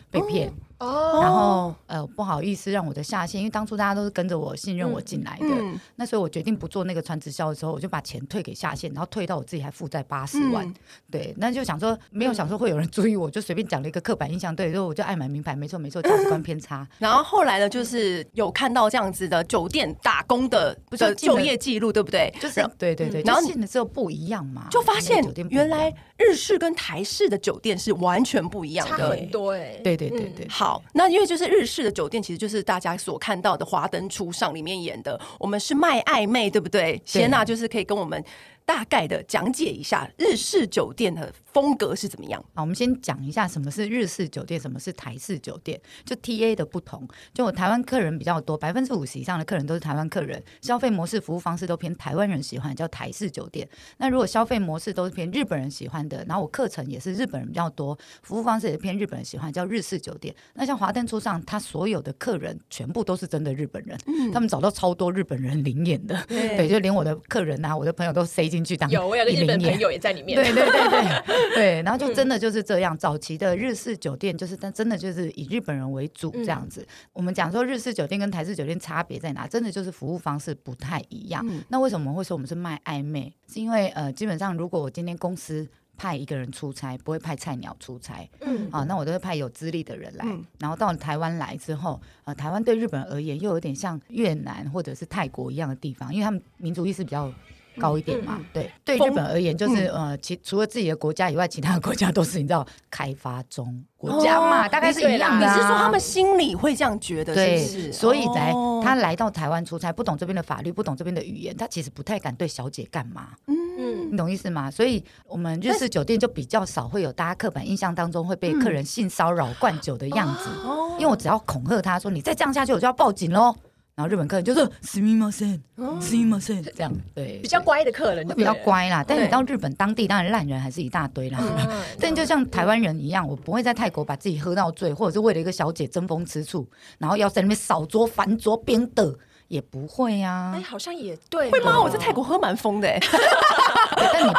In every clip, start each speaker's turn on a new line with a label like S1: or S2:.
S1: 被骗，
S2: 嗯
S3: 哦，
S1: 然后呃不好意思让我的下线，因为当初大家都是跟着我信任我进来的，
S2: 嗯
S1: 那所以我决定不做那个传直销的时候，我就把钱退给下线，然后退到我自己还负债八十万。
S2: 嗯
S1: 对，那就想说没有想说会有人注意我，就随便讲了一个刻板印象，对，所以我就爱买名牌，没错 没错，价值观偏差。
S2: 然后后来呢，就是有看到这样子的酒店打工的
S1: 不是
S2: 的
S1: 进了
S2: 就业记录，对不对？
S1: 就是
S2: 然后
S1: 对对对，
S2: 嗯然
S1: 然
S2: 后
S1: 后
S2: 你
S1: 信的时候不一样嘛，
S2: 就发现
S1: 酒店不一样
S2: 原来日式跟台式的酒店是完全不一样
S3: 差
S2: 的
S3: 很。多哎，
S1: 对对对对，
S2: 好，那因为就是日式的酒店，其实就是大家所看到的《华灯初上》里面演的，我们是卖暧昧，对不对？谢娜就是可以跟我们大概的讲解一下日式酒店的风格是怎么样。
S1: 好，我们先讲一下什么是日式酒店，什么是台式酒店，就 TA 的不同。就我台湾客人比较多，百分之五十以上的客人都是台湾客人，消费模式、服务方式都偏台湾人喜欢，叫台式酒店。那如果消费模式都是偏日本人喜欢的，然后我课程也是日本人比较多，服务方式也是偏日本人喜欢，叫日式酒店。那像华灯初上，他所有的客人全部都是真的日本人，
S3: 嗯
S1: 他们找到超多日本人领演的，
S2: 对
S1: 对，就连我的客人啊，我的朋友都塞进去当
S3: 有我有个日本
S1: 领演
S3: 朋友也在里面，
S1: 对对对对对，然后就真的就是这样。早期的日式酒店就是，但真的就是以日本人为主这样子。我们讲说日式酒店跟台式酒店差别在哪？真的就是服务方式不太一样。那为什么会说我们是卖暧昧？是因为呃，基本上如果我今天公司。派一个人出差，不会派菜鸟出差。
S3: 嗯
S1: 嗯，啊，那我都会派有资历的人来。
S2: 嗯
S1: 然后到台湾来之后，呃，台湾对日本人而言又有点像越南或者是泰国一样的地方，因为他们民族意识比较高一点嘛。对，对
S2: 嗯风嗯
S1: 日本而言，就是、呃，其除了自己的国家以外，其他的国家都是你知道开发中国家嘛，
S2: 哦
S1: 大概是一样
S2: 你
S1: 的、啊。
S2: 是说他们心里会这样觉得，
S1: 对，
S2: 是不是？
S1: 所以来、
S2: 哦
S1: 他来到台湾出差，不懂这边的法律，不懂这边的语言，他其实不太敢对小姐干嘛。
S3: 嗯，
S1: 你懂意思吗？所以我们日式酒店就比较少会有大家刻板印象当中会被
S3: 嗯
S1: 客人性骚扰、灌酒的样子，
S3: 哦
S2: 哦
S1: 因为我只要恐吓他说你再这样下去我就要报警喽，然后日本客人就是すみません、すみません这样，对，
S3: 哦比较乖的客人就对
S1: 会比
S3: 了，
S1: 较乖啦。但你
S2: 对
S1: 到日本当地，当然烂人还是一大堆啦。
S3: 嗯，
S1: 但就像台湾人一样，我不会在泰国把自己喝到醉，或者是为了一个小姐争风吃醋，然后要在那边扫桌、翻桌、边的，也不会啊呀、
S3: 哎，好像也对，
S2: 会吗？我在泰国喝蛮疯的、欸，
S1: 对但你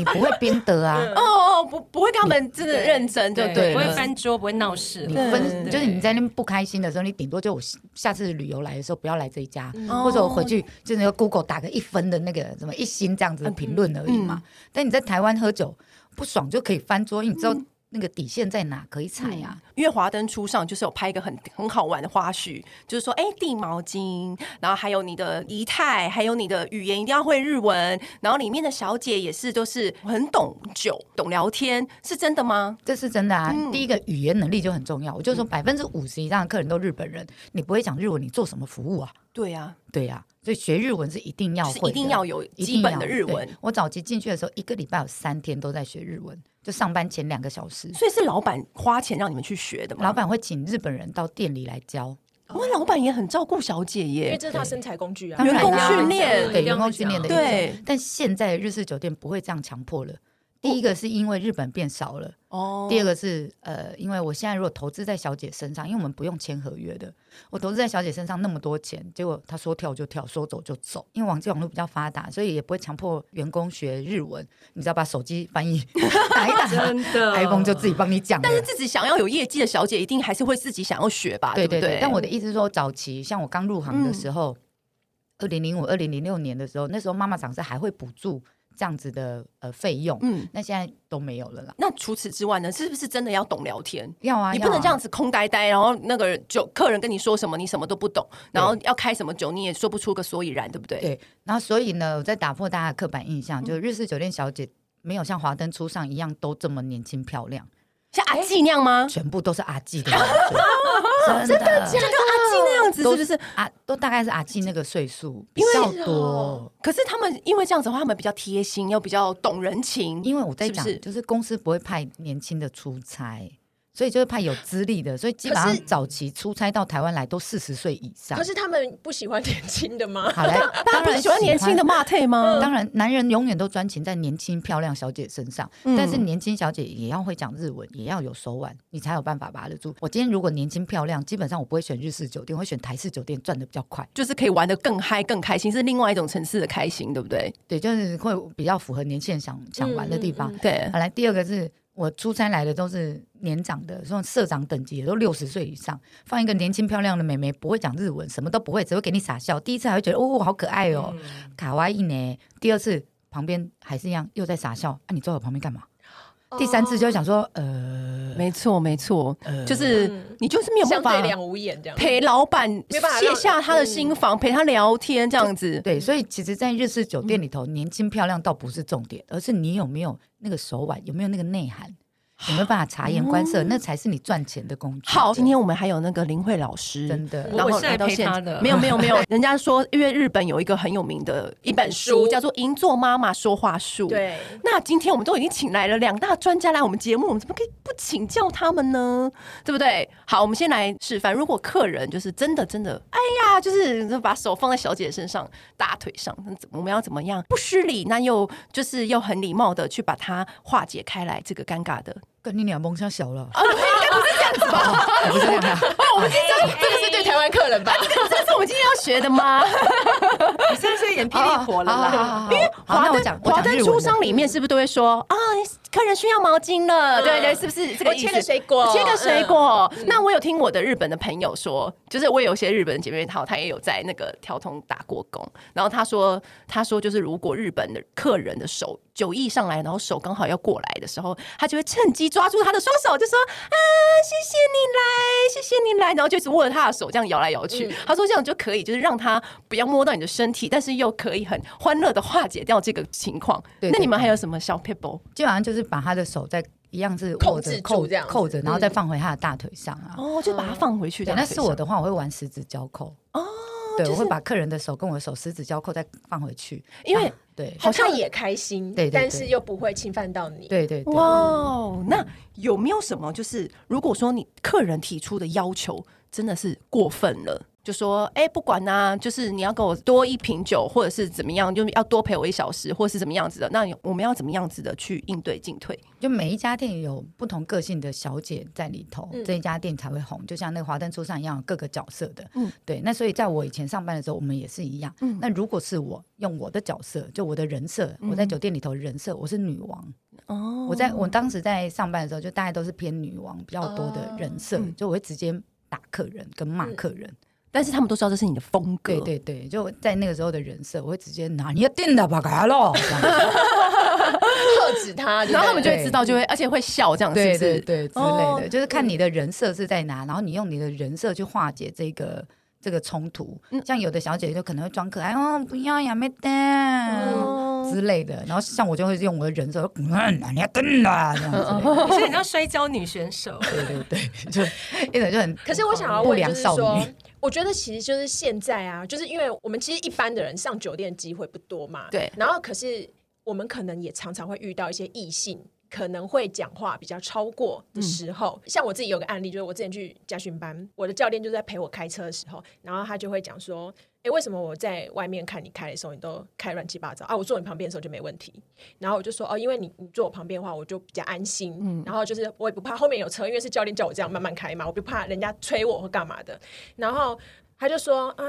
S1: 你不 会边的
S3: 嗯
S1: 啊，
S2: 哦哦，不不会跟他们真的
S3: 对
S2: 认真，就对
S1: 对
S4: 不
S2: 了
S4: 会翻桌，不会闹事
S1: 你
S4: 了。
S1: 分
S4: 对
S1: 就是你在那边不开心的时候，你顶多就我下下次旅游来的时候不要来这一家，
S2: 哦
S1: 或者我回去就那个 Google 打个一分的那个什么一星这样
S2: 嗯
S1: 子的评论而已嘛。但你在台湾喝酒不爽就可以翻桌，因为你知道
S2: 嗯
S1: 那个底线在哪，可以踩啊。
S2: 因为华灯初上就是有拍一个很很好玩的花絮，就是说，哎、递毛巾，然后还有你的仪态，还有你的语言一定要会日文，然后里面的小姐也是都是很懂酒、懂聊天，是真的吗？
S1: 这是真的啊！
S2: 嗯
S1: 第一个语言能力就很重要，我就说百分之五十以上的客人都日本人，你不会讲日文，你做什么服务啊？
S2: 对啊，
S1: 对呀、所以学日文是一定要
S2: 就
S1: 哦会
S2: 是
S1: 的，
S2: 一定要有
S1: 一
S2: 基
S1: 定
S2: 本
S1: 要
S2: 的日
S1: 对
S2: 文，
S1: 我早期进去的时候，一个礼拜有三天都在学日文，就上班前两个小时，
S2: 所以是老板花钱让你们去学的嘛。
S1: 老，板会请日本人到店里来教，
S2: 哇，老板也很照顾小姐
S3: 因为
S2: 耶。
S3: 这是他身材工具啊，
S1: 当然
S2: 员工
S1: 啦
S2: 训练
S1: 对
S4: 一定要
S1: 员工
S4: 去
S1: 训练的
S4: 讲
S1: 一种
S2: 对
S1: 但现在日式酒店不会这样强迫了。第一个是因为日本变少了，
S2: 哦
S1: 第二个是呃，因为我现在如果投资在小姐身上，因为我们不用签合约的，我投资在小姐身上那么多钱，结果她说跳就跳，说走就走。因为网际网络比较发达，所以也不会强迫员工学日文，你只要把手机翻 译打一打
S4: 真的
S1: ，iPhone 就自己帮你讲了。
S2: 但是自己想要有业绩的小姐，一定还是会自己想要学吧，
S1: 对
S2: 不对？嗯
S1: 但我的意思是说，早期像我刚入行的时候，二零零五、二零零六年的时候，那时候妈妈厂是还会补助这样子的呃费用，
S2: 嗯，
S1: 那现在都没有了啦。
S2: 那除此之外呢，是不是真的要懂聊天？
S1: 要啊，
S2: 你
S1: 要
S2: 不能这
S1: 啊
S2: 样子空呆呆，然后那个酒客人跟你说什么，你什么都不懂，然后要开什么酒，你也说不出个所以然，对不对？
S1: 对，然后所以呢，我在打破大家的刻板印
S2: 嗯
S1: 象，就是日式酒店小姐没有像华灯初上一样都这么年轻漂亮，
S2: 像阿纪那样吗？
S1: 全部都是阿纪的感 觉，真的
S2: 就跟阿纪那样子，是不是？
S1: 啊，哎都大概是阿纪那个岁数比
S2: 因为
S1: 较
S2: 是哦
S1: 多。
S2: 可是他们因为这样子的话，他们比较贴心，又比较懂人情。
S1: 因为我在讲，
S2: 是不是
S1: 就是公司不会派年轻的出差。所以就是派有资历的，所以基本
S3: 可
S1: 上
S3: 是
S1: 早期出差到台湾来都四十岁以上
S3: 可。是他们不喜欢年轻的吗？
S1: 好嘞，
S2: 大家
S1: 当
S2: 不
S1: 然嗯
S2: 是喜欢年轻的，骂退吗？
S1: 当然男人永远都专情在年轻漂亮小姐身上，
S2: 嗯
S1: 但是年轻小姐也要会讲日文，也要有手腕，你才有办法把得住。我今天如果年轻漂亮，基本上我不会选日式酒店，我会选台式酒店，赚的比较快。
S2: 就是可以玩的更嗨、更开心，是另外一种层次的开心，对不对？
S1: 对，就是会比较符合年轻人想想玩的地
S3: 嗯
S1: 方。
S3: 嗯
S2: 对，
S1: 好来，第二个是我出差来的都是年长的，这种社长等级也都六十岁以上，放一个年轻漂亮的妹妹，不会讲日文，什么都不会，只会给你傻笑。第一次还会觉得哦，好可爱哦，卡哇伊呢。第二次旁边还是一样，又在傻笑，啊，你坐我旁边干嘛？第三次就会想说，呃，
S2: 没错，没错，就是
S3: 嗯
S2: 你就是没有办
S3: 相对
S2: 法
S3: 两无眼这样。
S2: 陪老板
S3: 没办法
S2: 卸
S3: 让嗯
S2: 下他的心房，陪他聊天这样子。
S1: 对，所以其实，在日式酒店里头，年轻漂亮倒不是重点，而是你有没有那个手腕，有没有那个内涵，有没有办法察言观色，那才是你赚钱的工具。
S2: 好，今天我们还有那个林慧老师，
S1: 真的，
S2: 然后
S4: 我是来
S2: 来到
S4: 陪
S2: 现
S4: 他
S2: 场
S4: 的
S2: 没有没有没 有，人家说因为日本有一个很有名的一本书
S3: 书
S2: 叫做《银座妈妈说话术》。。
S3: 对，
S2: 那今天我们都已经请来了两大专家来我们节目，我们怎么可以不请教他们呢？对不对？好，我们先来示范。如果客人就是真的真的，哎呀，就是把手放在小姐身上、大腿上，那怎么我们要怎么样不失礼，那又就是又很礼貌的去把它化解开来，这个尴尬的。
S1: 跟你俩梦想小了，
S2: 不是这样的，我们今天
S3: 这个是对台湾客人吧？
S2: 哎这是我们今天要学的吗？
S4: 你现在是演霹雳火了
S1: 好好
S4: 啦。
S1: 好，因为
S2: 华
S1: 那我
S2: 灯
S1: 讲，我
S2: 华
S1: 讲
S2: 灯
S1: 日
S2: 初
S1: 文的
S2: 上里面是不是都会说啊，客人需要毛巾了？
S3: 嗯
S2: 对对，是不是这个
S3: 我
S2: 意思？
S3: 切个水果，
S2: 切个水嗯果。
S1: 嗯
S2: 那我有听我的日本的朋友说，就是我有一些日本姐妹淘，她也有在那个调通打过工。然后她说，她说就是如果日本的客人的手酒意上来，然后手刚好要过来的时候，她就会趁机抓住她的双手，就说啊，谢谢你来，谢谢你来，然后就一直握着她的手这样摇来摇
S1: 嗯
S2: 去。她说这样就可以，就是让她不要摸到你的身体，但是又可以很欢乐的化解掉这个情况。
S1: 对
S2: 那
S1: 对
S2: 你们
S1: 对
S2: 还有什么小 people？
S1: 基本上就是把他的手在一样是
S3: 控
S1: 握着
S3: 制住
S1: 扣
S3: 这样子
S1: 扣着，然后
S3: 嗯
S1: 再放回他的大腿上啊。
S2: 哦，就把它放回去。
S1: 对，
S2: 这
S1: 那
S2: 样子
S1: 是我的话，我会玩十指交扣。哦，对，我会把客人的手跟我的手十指交扣再放回去，
S2: 因为
S1: 啊对
S3: 好像也开心，
S1: 对对对
S3: 但是又不会侵犯到你。
S1: 对对对，
S2: 哇哦，那有没有什么就是，如果说你客人提出的要求真的是过分了？就说哎、不管呐、就是你要给我多一瓶酒，或者是怎么样，就是要多陪我一小时，或是怎么样子的。那我们要怎么样子的去应对进退？
S1: 就每一家店有不同个性的小姐在里头，
S3: 嗯
S1: 这一家店才会红。就像那个华灯初上一样，有各个角色的。
S2: 嗯
S1: 嗯，对。那所以在我以前上班的时候，我们也是一样。
S2: 嗯
S1: 那如果是我用我的角色，就我的人设，我在酒店里头人设，我是女王。
S2: 嗯哦
S1: 我在我当时在上班的时候，就大概都是偏女王比较多的人设，
S2: 哦嗯
S1: 就我会直接打客人跟骂客人。
S2: 但是他们都知道这是你的风格，
S1: 对对对，就在那个时候的人设，我会直接拿你要定的吧，卡喽。这 样
S3: 喝止他，
S2: 然后他们就
S3: 对
S2: 会知道，就会而且会笑这
S3: 啊
S2: 样，是不
S1: 对
S2: 是？
S1: 对对之类
S2: 哦
S1: 的，就是
S3: 嗯
S1: 看你的人设是在哪，然后你用你的人设去化解这个。这个冲突，
S3: 嗯
S1: 像有的小姐就可能会装可爱哦，不要呀，没
S3: 嗯
S1: 得
S2: 哦
S1: 之类的。然后像我就会用我的人设，嗯，你要定的这样之类
S3: 嗯
S1: 的。
S4: 你是很像摔跤女选手，
S1: 对对对， 就一种就很
S3: 可是我想要
S1: 不
S3: 问，
S1: 良
S3: 就是
S1: 少
S3: 说
S1: 女，
S3: 我觉得其实就是现在啊，就是因为我们其实一般的人上酒店机会不多嘛，
S2: 对
S3: 然后可是我们可能也常常会遇到一些异性。可能会讲话比较超过的时候，像我自己有个案例，就是我之前去家训班，我的教练就在陪我开车的时候，然后他就会讲说。哎，为什么我在外面看你开的时候，你都开乱七八糟啊？我坐你旁边的时候就没问题。然后我就说哦，因为你你坐我旁边的话，我就比较安心。然后就是我也不怕后面有车，因为是教练叫我这样慢慢开嘛，我不怕人家催我或干嘛的。然后他就说啊，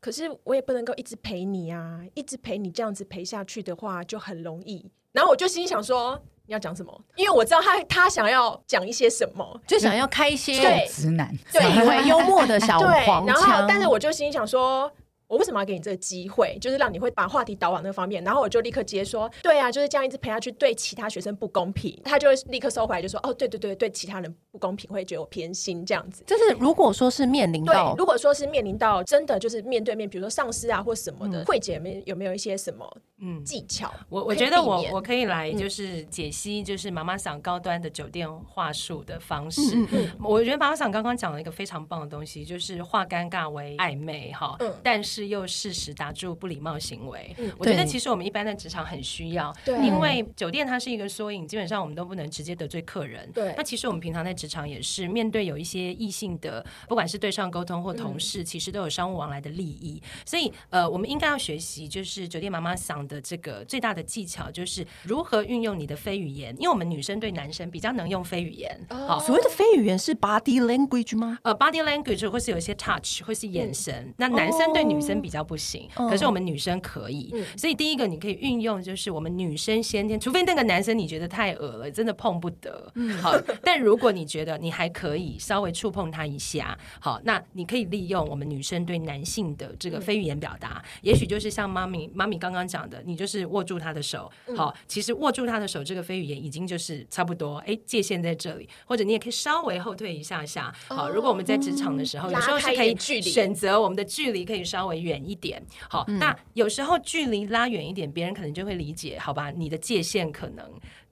S3: 可是我也不能够一直陪你啊，一直陪你这样子陪下去的话就很容易。然后我就心里想说。你要讲什么？因为我知道他他想要讲一些什么，
S2: 就想要开一些
S3: 对
S1: 直男，
S3: 哎对
S2: 以为幽默的 小
S3: 对，
S2: 黄
S3: 然后
S2: 腔，
S3: 但是我就心里想说。我为什么要给你这个机会？就是让你会把话题导往那方面，然后我就立刻接说，对啊，就是这样一直陪下去，对其他学生不公平。他就会立刻收回来，就说，哦，对对对，对其他人不公平，会觉得我偏心这样子。
S2: 就是如果说是面临
S3: 对
S2: 到，
S3: 如果说是面临到真的就是面对面，比如说上司啊或什么的，慧姐们有没有一些什么
S4: 嗯，
S3: 技巧？
S4: 我
S3: 可
S4: 我
S3: 以
S4: 觉得
S3: 避
S4: 我
S3: 免嗯
S4: 我可以来就是解析就是妈妈桑高端的酒店话术的方式。
S3: 嗯
S4: 我觉得妈妈桑刚刚讲了一个非常棒的东西，就是化尴尬为暧昧哈，
S3: 嗯
S4: 但是又适时打住不礼貌行为。
S3: 嗯
S4: 我觉得
S2: 对
S4: 其实我们一般在职场很需要，
S3: 对
S4: 因为酒店它是一个缩影，基本上我们都不能直接得罪客人。
S3: 对
S4: 那其实我们平常在职场也是面对有一些异性的，不管是对上沟
S3: 嗯
S4: 通或同事，其实都有商务往来的利益。所以呃，我们应该要学习，就是酒店妈妈桑的这个最大的技巧，就是如何运用你的非语言，因为我们女生对男生比较能用非语言，好、
S2: 哦所谓的非语言是 body language 吗？
S4: 呃，body language 或是有一些 touch 或是眼神，那男生对女
S3: 哦
S4: 生比较不行，
S3: 嗯
S4: 可是我们女生可以。所以第一个你可以运用，就是我们女生先天，除非那个男生你觉得太恶了，真的碰不得。
S3: 嗯
S4: 好，但如果你觉得你还可以稍微触碰他一下，好，那你可以利用我们女生对男性的这个
S3: 嗯
S4: 非语言表达，也许就是像妈咪妈咪刚刚讲的，你就是握住他的手，
S3: 嗯
S4: 好，其实握住他的手这个非语言已经就是差不多，哎，界限在这里，或者你也可以稍微后退一下下，好，如果我们在职场的时候，
S3: 哦嗯
S4: 有时候
S3: 拉开
S4: 是
S3: 一
S4: 可以
S3: 点距离
S4: 选择我们的距离可以稍微远一点，好，
S2: 嗯
S4: 那有时候距离拉远一点，别人可能就会理解，好吧，你的界限可能。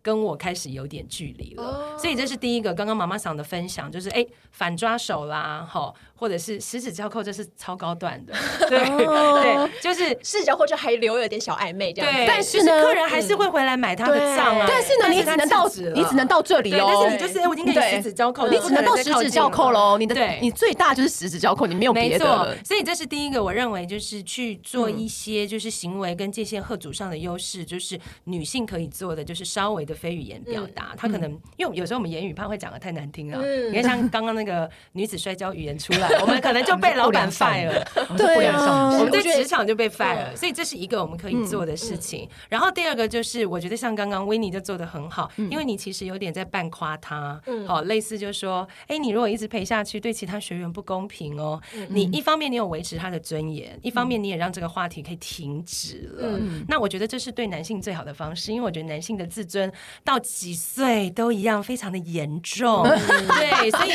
S4: 跟我开始有点距离了，
S3: 哦
S4: 所以这是第一个。刚刚妈妈桑的分享就是，哎，反抓手啦，哈，或者是十指交扣，这是超高段 的，对、对，就是
S3: 视角或者还留有点小暧昧这样子。
S4: 对，
S2: 但
S4: 就是
S2: 呢
S4: 客人还是会回来买他的账啊
S3: 对。
S2: 但是呢，你只能到
S4: 他制止了
S2: 你只能到这里
S4: 对，
S2: 哦。
S4: 但是你就是哎我已经跟你
S2: 对
S4: 十指交扣了，
S2: 你
S4: 我
S2: 只
S4: 不
S2: 能
S4: 可
S2: 到
S4: 再
S2: 十
S4: 靠
S2: 指
S4: 近啊
S2: 交扣
S4: 了
S2: 喽。你的
S4: 对
S2: 你最大就是十指交扣，你没有
S4: 没
S2: 别的
S4: 错
S2: 了。，嗯
S4: 所以这是第一个，我认为就是去做一些就是行为跟界限贺主上的优势，就是女性可以做的，就是稍微的非语言
S2: 嗯
S4: 表达。她可能因为有时候我们言语怕会讲的太难听了，
S3: 嗯
S4: 你看像刚刚那个女子摔跤语言 出来，我们可能就被老板 fire 了。
S1: 我们是 不良少
S2: 对啊
S1: 女，
S4: 我
S1: 我
S4: 们
S1: 们
S4: 在
S3: 我觉得
S4: 职场就被 fire，所以这是一个我们可以做的事情。然后第二个就是，我觉得像刚刚 w i n n i 就做的很好，因为你其实有点在半夸他，好，类似就说，哎，你如果一直陪下去，对其他学员不公平哦。你一方面你有维持他的尊严，一方面你也让这个话题可以停止了。那我觉得这是对男性最好的方式，因为我觉得男性的自尊到几岁都一样，非常的严重。对，所以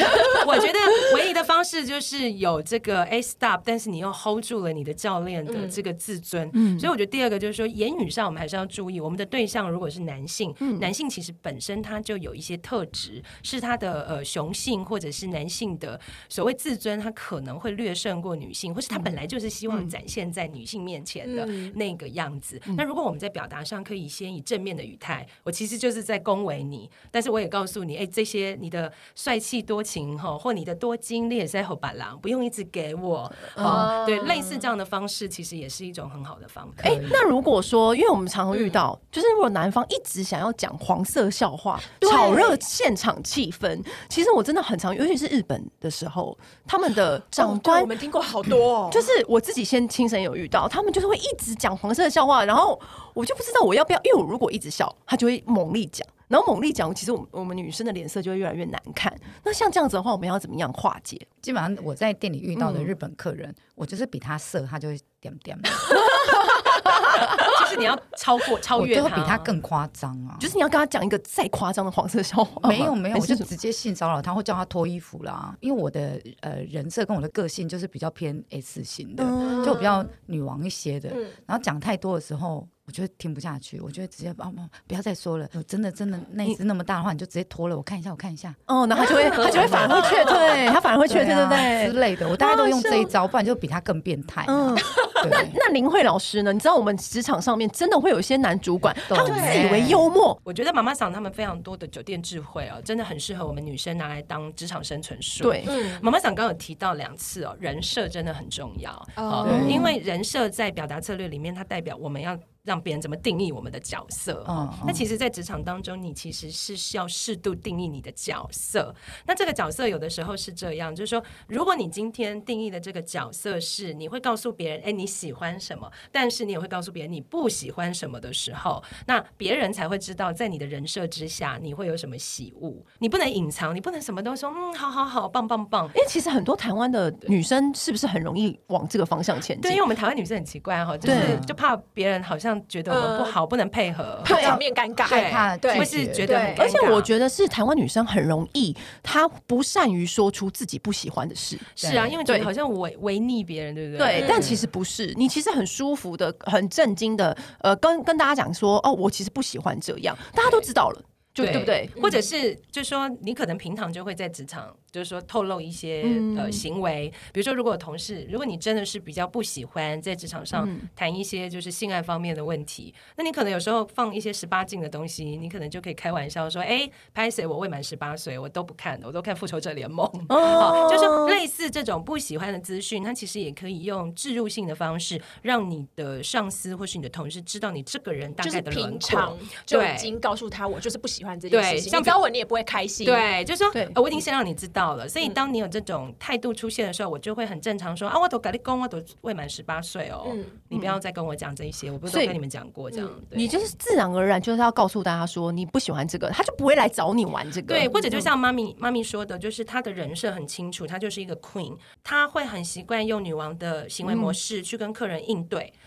S4: 我觉得唯一的方式就是有这个 A stop，但是你又 hold 住了你的教练的这个自尊。所以我觉得第二个就是说，言语上我们还是要注意，我们的对象如果是男性，男性其实本身他就有一些特质，是他的呃雄性或者是男性的所谓自尊，他可能会略胜过女性，或是他本来就是希望展现在女性面前的
S3: 嗯
S4: 那个样子。那如果我们在表达上可以先以正面的语态，我其实就是在恭维你，但是我也告诉你，哎、这些你的帅气多情哈，或你的多金你也是在后板郎，不用一直给我哦。对，类似这样的方式，其实也是一种很好的方法。
S2: 哎、那如果说，因为我们常常遇到，就是如果男方一直想要讲黄色笑话，
S4: 嗯
S3: 对
S2: 炒热现场气氛，其实我真的很常，尤其是日本的时候，他们的长
S3: 哦对
S2: 官、
S3: 我们听过好多哦，
S2: 就是我自己先亲身有遇到，他们就是会一直讲黄色的笑话，然后我就不知道我要不要，因为我如果一直笑，他就会猛力讲，然后猛力讲，其实我们我们女生的脸色就会越来越难看。那像这样子的话，我们要怎么样化解？
S1: 基本上我在店里遇到
S3: 嗯
S1: 的日本客人，我就是比他色，他就会点点，
S4: 就是你要超过超
S1: 我
S4: 越
S1: 就
S3: 啊
S4: 他，
S1: 会比他更夸张啊。
S2: 就是你要跟他讲一个再夸张的黄色笑话吗？
S1: 没有没有，
S2: 还哦
S1: 我
S2: 哎是
S1: 就
S2: 什么
S1: 直接性骚扰他，或叫他脱衣服啦。因为我的呃人设跟我的个性
S2: 嗯
S1: 就是比较偏 S 型的，就我比较女王一些的。然后讲太多的时候，我觉得听不下去，我觉得直接帮帮、不要再说了。我真的真的那一只那么大的话，你就直接脱了，我看一下，我看一下，
S2: 哦，然后他就会他就会反而会劝退，他反而会劝退，对
S1: 啊
S2: 不对？
S1: 之类的。我大概都用这一招，不然就比他更变态啊。
S2: 嗯，那
S1: 对，
S2: 那林慧老师呢？你知道我们职场上面真的会有一些男主管，
S1: 对
S2: 他会自以为幽默，
S4: 我觉得妈妈桑他们非常多的酒店智慧哦，真的很适合我们女生拿来当职场生存术。
S2: 对，
S3: 嗯，
S4: 妈妈桑刚刚有提到两次哦，人设真的很重要
S3: 哦
S4: 呃
S1: 对
S4: 因为人设在表达策略里面，它代表我们要让别人怎么定义我们的角色。
S1: 嗯
S4: 哦
S1: 嗯
S4: 那其实，在职场当中，你其实是需要适度定义你的角色。那这个角色有的时候是这样，就是说，如果你今天定义的这个角色是你会告诉别人，哎，你喜欢什么，但是你也会告诉别人你不喜欢什么的时候，那别人才会知道，在你的人设之下，你会有什么喜恶。你不能隐藏，你不能什么都说，嗯，好好好，棒棒棒。
S2: 因为其实很多台湾的女生是不是很容易往这个方向前
S4: 对，因
S2: 进
S4: 为？我们台湾女生很奇怪哈，就
S2: 对
S4: 是就怕别人好像觉得我们不好，不能配合，
S3: 怕场面尴尬，
S4: 对
S1: 怕
S3: 对
S4: 或是觉得很尴尬，
S2: 而且我觉得是台湾女生很容易，她不善于说出自己不喜欢的事。
S4: 是啊，
S1: 对
S4: 因为觉得
S2: 对
S4: 好像违违逆别人，对不对？
S2: 对，但其实不是，你其实很舒服的、很震惊的，呃，跟跟大家讲说，哦，我其实不喜欢这样，大家都知道了，就对不对？？
S4: 或者是就说你可能平常就会在职场，就是说透露一些、
S2: 嗯
S4: 呃行为，比如说如果有同事，如果你真的是比较不喜欢在职场上谈一些就是性爱方面的问题，那你可能有时候放一些十八禁的东西，你可能就可以开玩笑说，哎，拍谁我未满十八岁，我都不看的，我都看复仇者联盟。 哦，就是类似这种不喜欢的资讯，它其实也可以用置入性的方式，让你的上司或是你的同事知道你这个人大
S3: 就是
S4: 概的轮
S3: 平
S4: 廓。
S3: 常就
S4: 对
S3: 已经告诉他，我就是不喜欢这件
S4: 对
S3: 事情。
S4: 像
S3: 你
S4: 比
S3: 找我，你也不会开心。，
S4: 对，就是说
S2: 对，嗯
S4: 呃我已经先让你知道了，所以当你有这种态度出现的时候，我就会很正常说啊，我都跟你讲，我都未满十八岁哦
S3: 嗯，
S4: 你不要再跟我讲这一些，我不是
S2: 所以嗯
S4: 都跟你们讲过这样，对
S2: 你就是自然而然就是要告诉大家说你不喜欢这个，他就不会来找你玩这个。
S4: 对，或者就像妈咪妈咪说的，就是她的人设很清楚，她就是一个 queen，她会很习惯用女王的行为模式去跟客人应对。嗯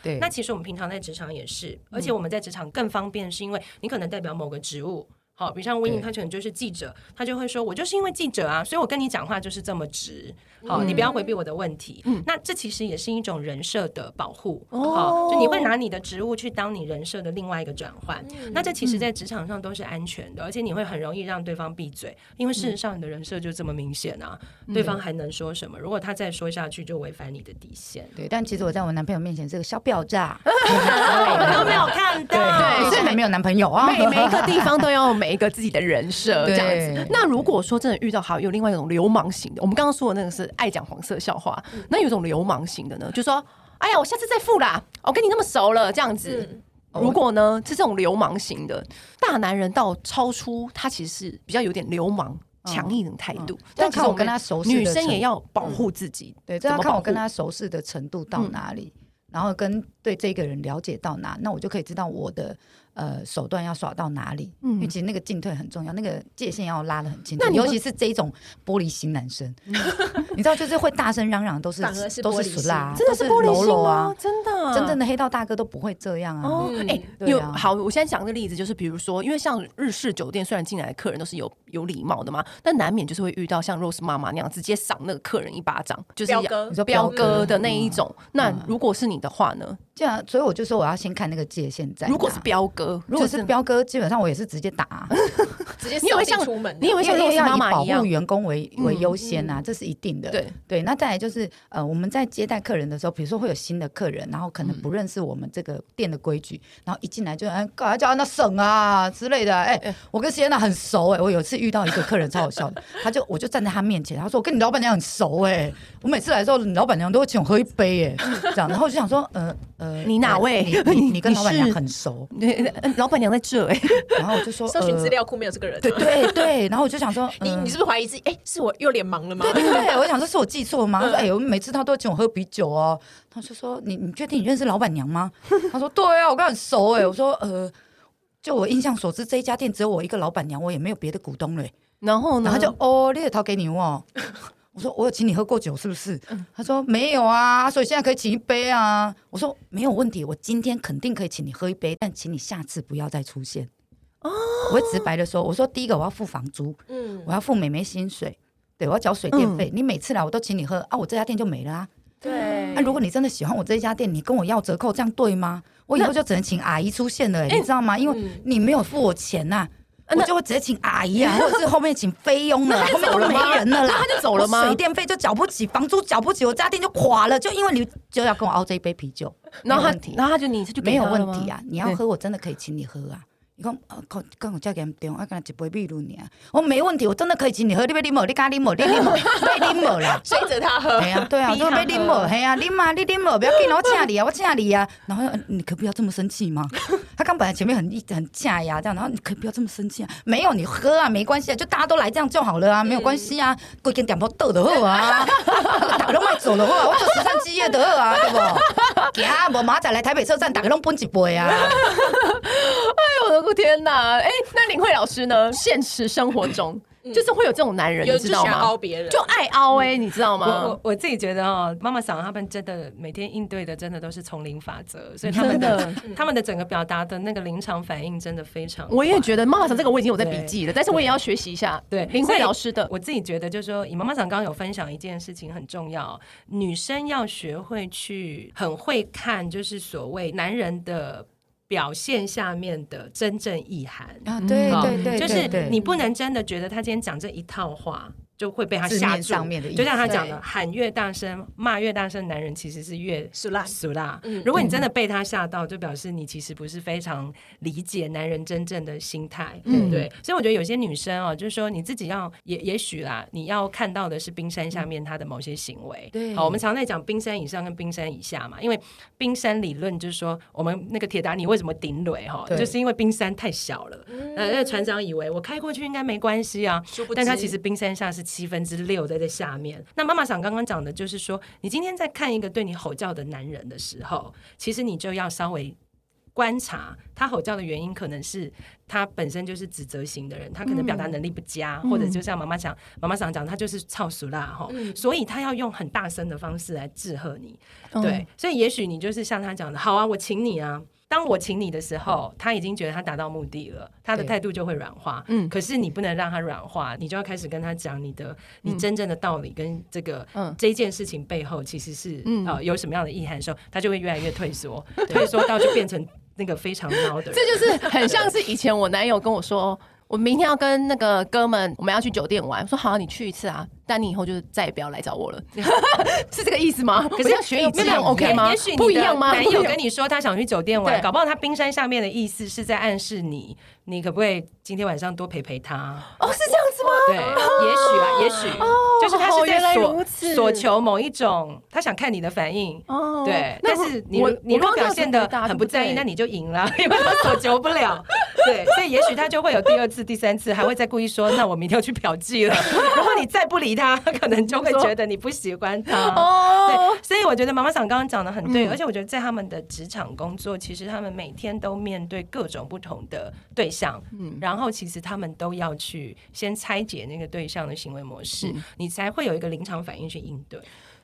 S1: 对
S4: 那其实我们平常在职场也是，而且我们在职场更方便，是因为你可能代表某个职务。好，比如像 w i n n
S1: 对
S4: 他可能就是记者，他就会说：“我就是因为记者啊，所以我跟你讲话就是这么直。好，你不要回避我的问题。那这其实也是一种人设的保护。
S2: 哦
S4: 嗯哦，就你会拿你的职务去当你人设的另外一个转换。那这其实，在职场上都是安全的，而且你会很容易让对方闭嘴，因为事实上你的人设就这么明显啊，对方还能说什么？如果他再说下去，就违反你的底线。
S1: 对，但其实我在我男朋友面前是个小婊渣，
S4: 我们都没有看到，
S1: 对，
S2: 所以
S1: 现在没有男朋友啊，
S2: 每每一个地方都要有每一个自己的人设这
S1: 对
S2: 样子。那如果说真的遇到好有另外一种流氓型的，我们刚刚说的那个是爱讲黄色笑话，
S1: 嗯
S2: 那有一种流氓型的呢，就说哎呀，我下次再付啦，我跟你那么熟了这样子。
S3: 嗯
S1: 嗯
S2: 如果呢是这种流氓型的大男人，到超出他其实是比较有点流氓。强硬的态度，
S1: 嗯要
S2: 但其
S1: 看
S2: 实
S1: 我
S2: 我们
S1: 跟他熟识的
S2: 女生
S1: 程
S2: 也
S1: 度嗯
S2: 要保护自己。
S1: 对，这
S2: 怎
S1: 要
S2: 么
S1: 看
S2: 保
S1: 我跟
S2: 护嗯
S1: 他熟识的程度到哪里，然后跟对这个人了解到哪，那我就可以知道我的呃手段要耍到哪里。因为其实那个进退很重要，那个界限要拉得很清楚
S2: 嗯那。你会嗯
S1: 尤其是这一种玻璃心男生， 你知道，就是会大声嚷嚷，都是
S3: 反而是
S1: 都
S3: 玻璃
S1: 是
S3: 心
S1: 俗啦，
S2: 真的
S1: 都
S2: 是
S1: 是
S2: 玻璃
S1: 喽
S2: 心
S1: 啰
S2: 吗
S1: 啊？，
S2: 真的，
S1: 真正的黑道大哥都不会这样啊。
S2: 哦，哎、
S1: 对
S2: 有
S1: 啊
S2: 好，我现在讲这个例子就是，比如说，因为像日式酒店，虽然进来的客人都是有有礼貌的嘛，但难免就是会遇到像 Rose 妈妈那样直接赏那个客人一巴掌，就是
S3: 彪哥
S1: 你说
S2: 彪
S1: 彪
S2: 哥
S1: 哥嗯
S2: 的那一种。那如果是你的话呢？
S1: 这样，所以我就说我要先看那个界限在哪。
S2: 如果是彪哥，
S1: 如果
S2: 就是
S1: 彪哥，基本上我也是直接打啊。
S3: 直接
S2: 你也会
S3: 扫地
S2: 像
S3: 出门了，
S2: 你也会
S1: 因
S2: 像
S1: 为
S2: Rose
S1: 要
S2: 妈
S1: 以
S2: 妈
S1: 保
S2: 一样嗯
S1: 护，员工为为优先啊，这是一定的。
S2: 对
S1: 对，那再来就是呃，我们在接待客人的时候，比如说会有新的客人，然后可
S2: 嗯
S1: 能不认识我们这个店的规矩，然后一进来就哎，干嘛叫那省啊之类的。哎、我跟谢安娜很熟哎、我有一次遇到一个客人超好 笑的，他就我就站在他面前，他说我跟你老板娘很熟哎、我每次来的时候，你老板娘都会请我喝一杯哎、这样，然后我就想说呃呃，
S2: 你哪位
S1: 你你你跟
S2: 你
S1: 老板娘
S2: 是
S1: 很熟，
S2: 对，呃老板娘在这哎、
S1: 然后我就说
S3: 搜寻资。
S1: 呃
S3: 料库没有这个人。
S1: 对对对，然后我就想 说，
S3: 你
S1: 嗯
S3: 你是不是怀疑自己？哎，是我又脸盲了吗？
S1: 对对对，我想说是我记错了吗？他说：“哎、我们每次他都请我喝啤酒哦。”他就说：“你你确定你认识老板娘吗？”他说：“对啊，我跟她很熟哎、我说：“呃，就我印象所知，这一家店只有我一个老板娘，我也没有别的股东嘞、
S2: 然后呢，
S1: 然后他就哦，你也掏给你哦。我说我有请你喝过酒是不是？他说没有啊，所以现在可以请一杯啊。我说没有问题，我今天肯定可以请你喝一杯，但请你下次不要再出现。我会直白的说，我说第一个我要付房租，
S3: 嗯，
S1: 我要付
S2: 嗯
S1: 美眉薪水，对我要缴水电费。你每次来我都请你喝啊，我这家店就没了啊。
S3: 对
S2: 哎
S1: 啊，那、如果你真的喜欢我这一家店，你跟我要折扣，这样对吗？我以后就只能请阿姨出现
S2: 哎
S1: 了、欸你知道吗？因为
S2: 嗯
S1: 你没有付我钱呐、
S2: 啊
S1: 我就会直接请阿姨啊，或者是后面请菲佣了，后面都没人了
S2: 那
S1: 啦，
S2: 他就走了吗
S1: 我水电费就缴不起，房租缴不起，我家店就垮了，就因为你就要跟我熬这一杯啤酒，
S2: 然后
S1: 没有
S2: 他
S1: 问题，
S2: 然后他就你就给
S1: 没有
S2: 他了
S1: 问题啊
S2: 吗，
S1: 你要喝我真的可以请你喝啊。你讲，呃，讲讲我叫严重，我跟他一杯秘鲁尔，啊我没问题，我真的可以请你喝，你要啉无？你敢啉无？你啉无？你啉无啦？
S3: 追着他喝
S1: 哎，呀， 对啊，
S4: 逼
S1: 就
S4: 他
S1: 被拎
S4: 喝
S1: 某，哎呀，拎嘛，你拎某，不要紧啊，我请你啊，我请你啊。 然后呃你可不要这么生气嘛。他刚本来前面很一很架呀，这样，然后你可不要这么生气啊。没有，你喝啊，没关系啊，就大家都来这样就好了啊，没有关系啊。
S4: 嗯
S1: 过间点包豆的好啊， 打拢卖走了好啊，我做慈善基业的好啊，对不？行啊，无马仔来台北车站，打个拢分一杯啊。
S4: 嗯
S2: 哎呦我的天哪！哎，那林慧老师呢？现实生活中就是会有这种男人，
S3: 嗯有
S2: 你
S3: 就
S2: 知
S3: 想
S2: 道
S3: 凹
S2: 吗？
S3: 别人，
S2: 就爱凹哎，你知道
S4: 我
S2: 吗
S4: 我？我自己觉得哦，妈妈桑他们真的每天应对的真的都是丛林法则，所以他们的 他们的整个表达的那个临场反应真的非常快。
S2: 我也觉得妈妈桑这个我已经有在笔
S4: 对
S2: 记了，但是我也要学习一下
S4: 对
S2: 林慧老师的
S4: 我自己觉得，就是说，以妈妈长刚刚有分享一件事情很重要，女生要学会去很会看，就是所谓男人的表现下面的真正意涵。
S1: 啊，对
S4: 好
S1: 对对，
S4: 就是
S1: 对
S4: 你不能真的觉得他今天讲这一套话就会被他
S1: 字
S4: 吓
S1: 面
S4: 住，
S1: 上面的意
S4: 就像他
S1: 思
S4: 讲的，
S3: 对
S4: 喊越大声、骂越大声，男人其实是越
S3: 是烂
S4: 俗啦
S3: 嗯。
S4: 如果你真的被他吓到，就表示你其实不是非常理解男人真正的心态。
S2: 嗯
S4: 对，所以我觉得有些女生哦，就是说你自己要也也许啦，你要看到的是冰山下面他的某些行为。
S1: 对
S4: 好，我们常在讲冰山以上跟冰山以下嘛，因为冰山理论就是说，我们那个铁达尼为什么顶垒哈，
S1: 对
S4: 就是因为冰山太小了。呃，那个船长以为我开过去应该没关系啊，
S3: 殊不知
S4: 但他其实冰山下是七分之六在这下面。那妈妈想刚刚讲的就是说，你今天在看一个对你吼叫的男人的时候，其实你就要稍微观察他吼叫的原因，可能是他本身就是指责型的人，他可能表
S3: 嗯
S4: 达能力不佳，或者就像妈妈讲，妈妈想讲，他就是操俗啦哈，吼
S3: 嗯
S4: 所以他要用很大声的方式来制喝你。
S2: 嗯
S4: 对，所以也许你就是像他讲的，好啊，我请你啊。当我请你的时候，他已经觉得他达到目的了，他的
S1: 对
S4: 态度就会软化。
S2: 嗯
S4: 可是你不能让他软化，你就要开始跟他讲你的你真正的道理跟这个、
S2: 嗯
S4: 这一件事情背后其实是、
S2: 嗯
S4: 呃有什么样的意涵的时候，他就会越来越退缩， 退缩到就变成那个非 常孬的人。
S2: 这就是很像是以前我男友跟我说，哦我明天要跟那个哥们，我们要去酒店玩。我说好啊、你去一次啊，但你以后就再也不要来找 我了，是这个意思吗？可
S4: 是
S2: 要学以致用
S4: 没有
S2: ，OK 吗
S4: 也许？你的
S2: 不一样吗？
S4: 男友跟你说他想去酒店玩，
S2: 对
S4: 搞不好他冰山下面的意思是在暗示你，你可不可以今天晚上多陪陪他？
S2: 哦，是这样子吗？
S4: 对，也许啊，也许，就是他
S2: 哦好
S4: 是
S2: 原来
S4: 在
S2: 如
S4: 所
S2: 此
S4: 所求某一种，他想看你的反应。
S2: 哦
S4: 对，
S2: 那
S4: 但是你
S2: 我
S4: 如你如
S2: 我
S4: 果
S2: 刚刚
S4: 表现的
S2: 这样回答
S4: 很不在
S2: 对
S4: 意，
S2: 对
S4: 那你就赢了， 因为他所求不了。对，所以也许他就会有第二次、第三次，还会再故意说：“那我明天要去嫖妓了。” 然后你再不理他，他可能就会觉得你不喜欢他。
S2: 哦，
S4: 对，所以我觉得妈妈桑刚刚讲的很对，
S2: 嗯
S4: 而且我觉得在他们的职场工作，其实他们每天都面对各种不同的对象，然后其实他们都要去先拆解那个对象的行为模式，你才会有一个临场反应去应对。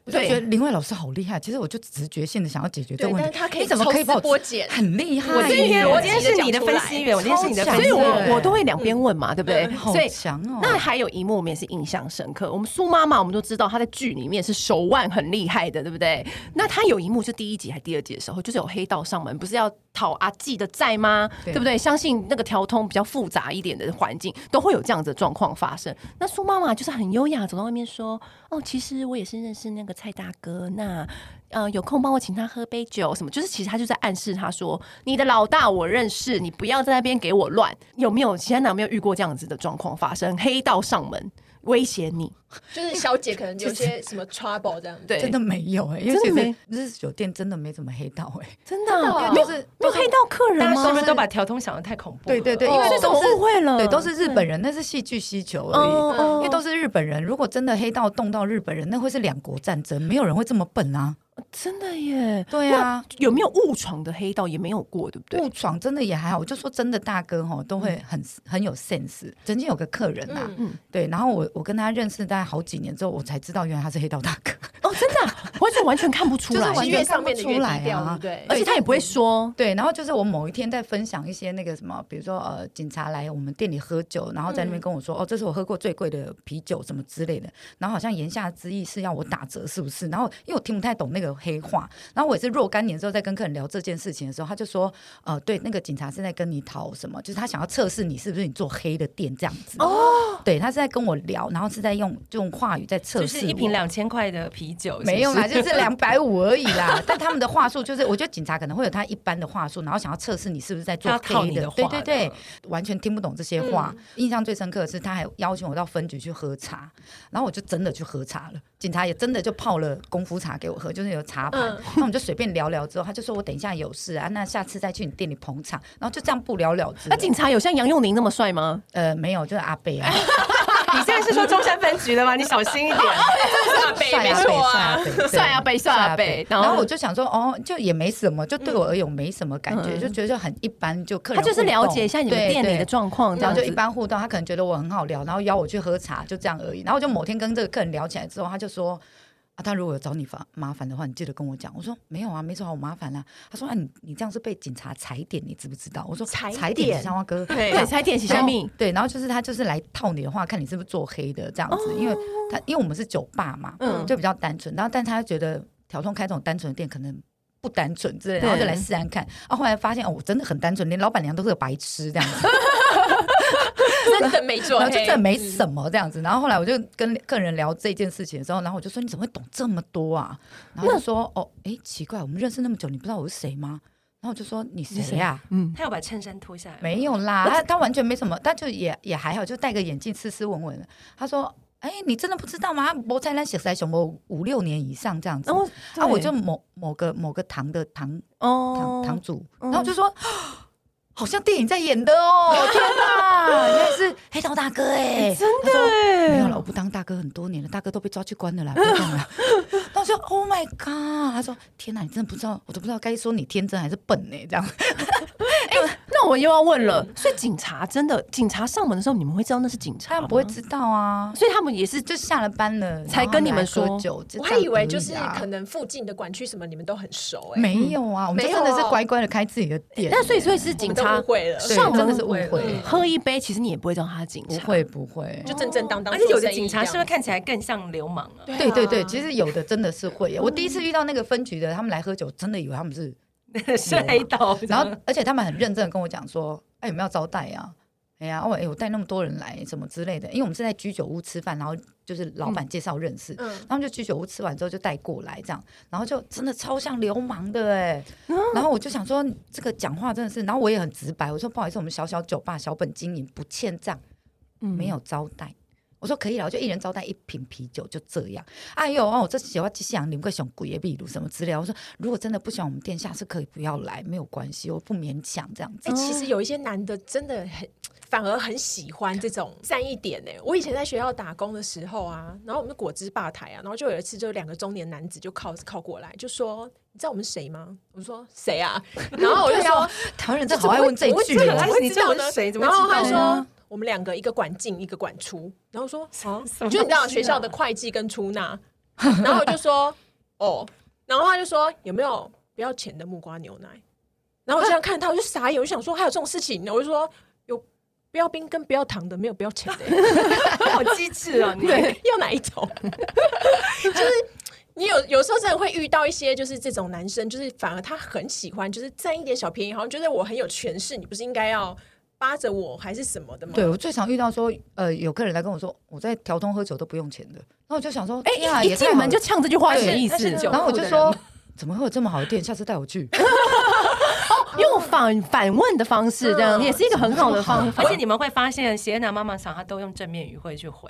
S1: 我就
S2: 对
S1: 觉得林慧老师好厉害，其实我就直觉性的想要解决这
S3: 对
S1: 个，问
S3: 但是
S1: 题。
S3: 他可
S1: 你
S3: 以
S1: 怎么
S3: 抽
S1: 可以
S3: 丝
S1: 把
S3: 剥茧。
S1: 很厉害耶！
S4: 我今天我今天是你的
S3: 讲出
S4: 分
S3: 来
S4: 析员，我今天是你的
S1: 超
S4: 分
S2: 所
S1: 强
S4: 析
S2: 以
S1: 对
S4: 员。
S2: 我我都会两边问嘛，对不对？
S1: 好
S2: 所以
S1: 强哦
S2: 那还有一幕我们也是印象深刻。我们苏妈妈，我们都知道她在剧里面是手腕很厉害的，对不对？那她有一幕就第一集还第二集的时候，就是有黑道上门，不是要讨阿纪的债吗？
S1: 对
S2: 对不对？相信那个调通比较复杂一点的环境，都会有这样子的状况发生。那苏妈妈就是很优雅地走到外面说：“哦，其实我也是认识那个蔡大哥，那呃有空帮我请他喝杯酒什么。”就是其实他就在暗示他说：“你的老大我认识，你不要在那边给我乱。”有没有？其他男有没有遇过这样子的状况发生？黑道上门威胁你，
S3: 就是小姐可能有些什么 trouble 这样子，
S2: 对，
S1: 真的没有哎、因为
S2: 真的
S1: 其
S2: 没
S1: 实日式酒店真的没怎么黑道哎、
S2: 真的啊
S3: 真的啊
S2: 没有
S1: 都是
S2: 没有黑道客人
S4: 大家
S2: 吗？
S4: 是不是都把调通想的太恐怖了？
S1: 对对对，
S3: 哦
S1: 因为
S2: 这种
S1: 都是
S2: 误会了
S1: 对，都是日本人，那是戏剧需求而已。
S2: 哦哦
S1: 因为都是日本人，如果真的黑道动到日本人，那会是两国战争，没有人会这么笨啊！
S2: 真的耶。
S1: 对啊，嗯
S2: 有没有误闯的黑道也没有过，对不对？
S1: 误闯真的也还好，我就说真的，大哥吼都会很很有 sense。曾经有个客人啊，
S2: 嗯
S1: 对，然后我我跟他认识大概好几年之后，我才知道原来他是黑道大哥。
S2: 哦，真的啊、完全完全看不出
S1: 就是
S2: 来，
S1: 完
S3: 是
S1: 全
S3: 越
S1: 看
S3: 上
S1: 不
S3: 面的
S1: 出
S3: 越
S1: 来
S3: 低调，
S1: 啊
S3: 对不。对？
S2: 而且他也不会说，
S4: 哦
S1: 对，然后就是我某一天在分享一些那个什么，比如说呃，警察来我们店里喝酒，然后在那
S4: 嗯
S1: 边跟我说，哦，这是我喝过最贵的啤酒，什么之类的。然后好像言下之意是要我打折，是不是？然后因为我听不太懂那个黑话，然后我也是若干年之后在跟客人聊这件事情的时候，他就说，呃，对，那个警察是在跟你讨什么，就是他想要测试你是不是你做黑的店这样子。哦，对，他是在跟我聊，然后是在用用话语在测
S4: 就
S1: 试
S4: 是一瓶
S1: 我
S4: 两千块的啤酒，
S1: 没有啦，
S4: 是
S1: 就
S4: 不
S1: 是
S4: 是
S1: 两百五而已 啦。但他们的话术就是，我觉得警察可能会有他一般的话术，然后想要测试你是不是在做
S4: 他靠
S1: 黑
S4: 你的话
S1: 对对对
S4: 的，嗯
S1: 完全听不懂这些话。印象最深刻的是，他还邀请我到分局去喝茶，然后我就真的去喝茶了。警察也真的就泡了功夫茶给我喝，就是有茶盘。
S3: 嗯
S1: 那我们就随便聊聊之后，他就说我等一下有事啊，那下次再去你店里捧场。然后就这样不了了之
S2: 那
S1: 了。
S2: 警察有像杨佑宁那么帅吗？
S1: 呃没有，就是阿贝 啊，
S4: 你现在是说中山分局的吗？你小心一点。
S3: 是阿北
S1: 帅
S3: 没
S1: 阿贝，
S3: 错
S1: 帅
S3: 啊
S1: 阿，贝，对
S2: 帅阿北，帅阿北
S1: 北，，然后我就想说，哦，就也没什么，就对我而言我没什么感觉，
S2: 嗯
S1: 就觉得就很一般，就客
S2: 他
S1: 人
S2: 就是
S1: 互动
S2: 了解一下你们店里的。
S1: 对对
S2: 状况，这
S1: 然
S2: 样
S1: 后
S2: 子
S1: 就一。般互动，他可能觉得我很好聊，然后邀我去喝茶，就这样而已。然后我就某天跟这个客人聊起来之后，他就说：“啊，他如果有找你烦麻烦的话，你记得跟我讲。”我说：“没有啊，没什么好麻烦啦、他说：“啊，你你这样是被警察踩点，你知不知道？”我说：“
S3: 踩
S1: 踩点
S3: 点
S1: 是像花哥，
S3: 对
S2: 对，才点起下
S1: 然
S2: 命
S1: 后。对，然后就是他就是来套你的话，看你是不是做黑的这样子，
S3: 哦
S1: 因为他因为我们是酒吧嘛，
S2: 嗯
S1: 就比较单纯。然后但他觉得调通开这种单纯的店可能。不单纯之类的，然后就来试看看。啊，后来发现哦，我真的很单纯，连老板娘都是个白痴这样子，
S3: 真的没做
S1: 然
S3: 黑，
S1: 后就真的没什么这样子。然后后来我就跟客人聊这件事情的时候，然后我就说你怎么会懂这么多啊？然后就说哦，哎，奇怪，我们认识那么久，你不知道我是谁吗？然后我就说你谁啊呀、
S2: 嗯，
S4: 他要把衬衫脱下来吗，
S1: 没有啦，他他完全没什么，但就也也还好，就戴个眼镜斯斯文文的。他说：“哎、你真的不知道吗？博菜兰写在熊猫五六年以上这样子。
S2: 然后
S1: 啊，我就某某个某个堂的堂堂
S2: 哦
S1: 堂主，
S2: 嗯
S1: 然后我就说。好像电影在演的哦！天哪，原来是黑道大哥哎、真的、没有了，我不当大哥很多年了，大哥都被抓去关了啦，不要当 了。然后我就 Oh my God！他说：“天哪，你真的不知道，我都不知道该说你天真还是笨呢、这样，
S2: 那我又要问了，所以警察真的，警察上门的时候，你们会知道那是警察
S1: 他
S2: 吗？
S1: 不会知道啊。”
S2: 所以他们也是
S1: 就下了班了
S2: 才跟你们说
S1: 然后来喝酒，就
S3: 我
S1: 这
S3: 还
S1: 样
S3: 以为
S1: 而已
S3: 就是
S1: 啊
S3: 可能附近的管区什么你们都很熟哎、
S1: 没有啊，我们就
S3: 没有
S1: 真的是
S3: 哦
S1: 乖乖的开自己的店。
S2: 那所以所以是
S3: 我
S2: 警
S3: 们都
S2: 察
S3: 误会了，
S1: 对
S2: 上
S1: 真的
S2: 门
S1: 是误会，
S2: 喝一杯，其实你也不会知道他是警
S1: 不
S2: 察，
S1: 会不会，
S3: 就正正当当
S4: 而
S3: 做生意
S4: 且
S3: 这样。
S4: 有的警察是不是看起来更像流氓啊？
S3: 对
S1: 对对
S3: 啊
S1: 对，其实有的真的是会耶。我第一次遇到那个分局的，他们来喝酒，真的以为他们是，
S4: 是黑道，
S1: 然后而且他们很认真的跟我讲说，哎，有没有招待啊？哎呀，哦，哎，我带那么多人来，什么之类的，因为我们是在居酒屋吃饭，然后就是老板介绍认识，
S3: 嗯，
S1: 他们就居酒屋吃完之后就带过来这样，然后就真的超像流氓的哎、然后我就想说这个讲话真的是，然后我也很直白，我说不好意思，我们小小酒吧小本经营不欠账，
S2: 嗯
S1: 没有招待。我说可以了，我就一人招待一瓶啤酒，就这样。哎呦哦，我这喜欢吉祥，你们个熊鬼也比如什么之类的。我说如果真的不喜欢我们店，下次可以不要来，没有关系，我不勉强这样子
S3: 哎、。其实有一些男的真的很。反而很喜欢这种善意点呢、我以前在学校打工的时候啊，然后我们果汁吧台啊，然后就有一次，就两个中年男子就靠靠过来，就说：“你知道我们谁吗？”我说：“谁啊？”然后我就
S1: 对
S3: 说：“
S1: 啊台湾人真的好爱问这一句
S3: 怎么
S1: 哦。
S3: 会
S4: 你
S3: 知道
S4: 这样
S3: 呢
S4: 是谁怎么
S3: 然
S4: 会知道
S3: 后
S4: 呢
S3: 他说我们两个一个管进一个管出，然后说 啊，
S4: 么
S3: 就你知
S4: 东西
S3: 道
S4: 啊
S3: 学校的会计跟出纳，然后我就说 哦，然后他就说有没有不要钱的木瓜牛奶？然后我这样看他，我就傻眼，我就想说还有这种事情，我就说有不要冰跟不要糖的，没有不要钱的，
S4: 好机智哦！你，
S3: 对，要哪一种？ 就是你有有时候真的会遇到一些，就是这种男生，就是反而他很喜欢，就是占一点小便宜，好像觉得我很有权势，你不是应该要扒着我还是什么的吗？
S1: 对我最常遇到说，呃，有客人来跟我说，我在调通喝酒都不用钱的，然后我就想说，天啊，
S2: 哎，一
S1: 也
S2: 一
S1: 太
S2: 进
S1: 好
S2: 门
S1: 了
S2: 就呛这句话是什么意
S3: 对
S2: 思
S3: 但？是酒
S1: 然后我就
S3: 的
S1: 说，怎么会有这么好的店？下次带我去。
S2: 用反反问的方式，这样
S3: 嗯
S2: 也是一个很好的方法
S4: 而。且你们会发现，谢娜妈妈桑她都用正面语汇去回。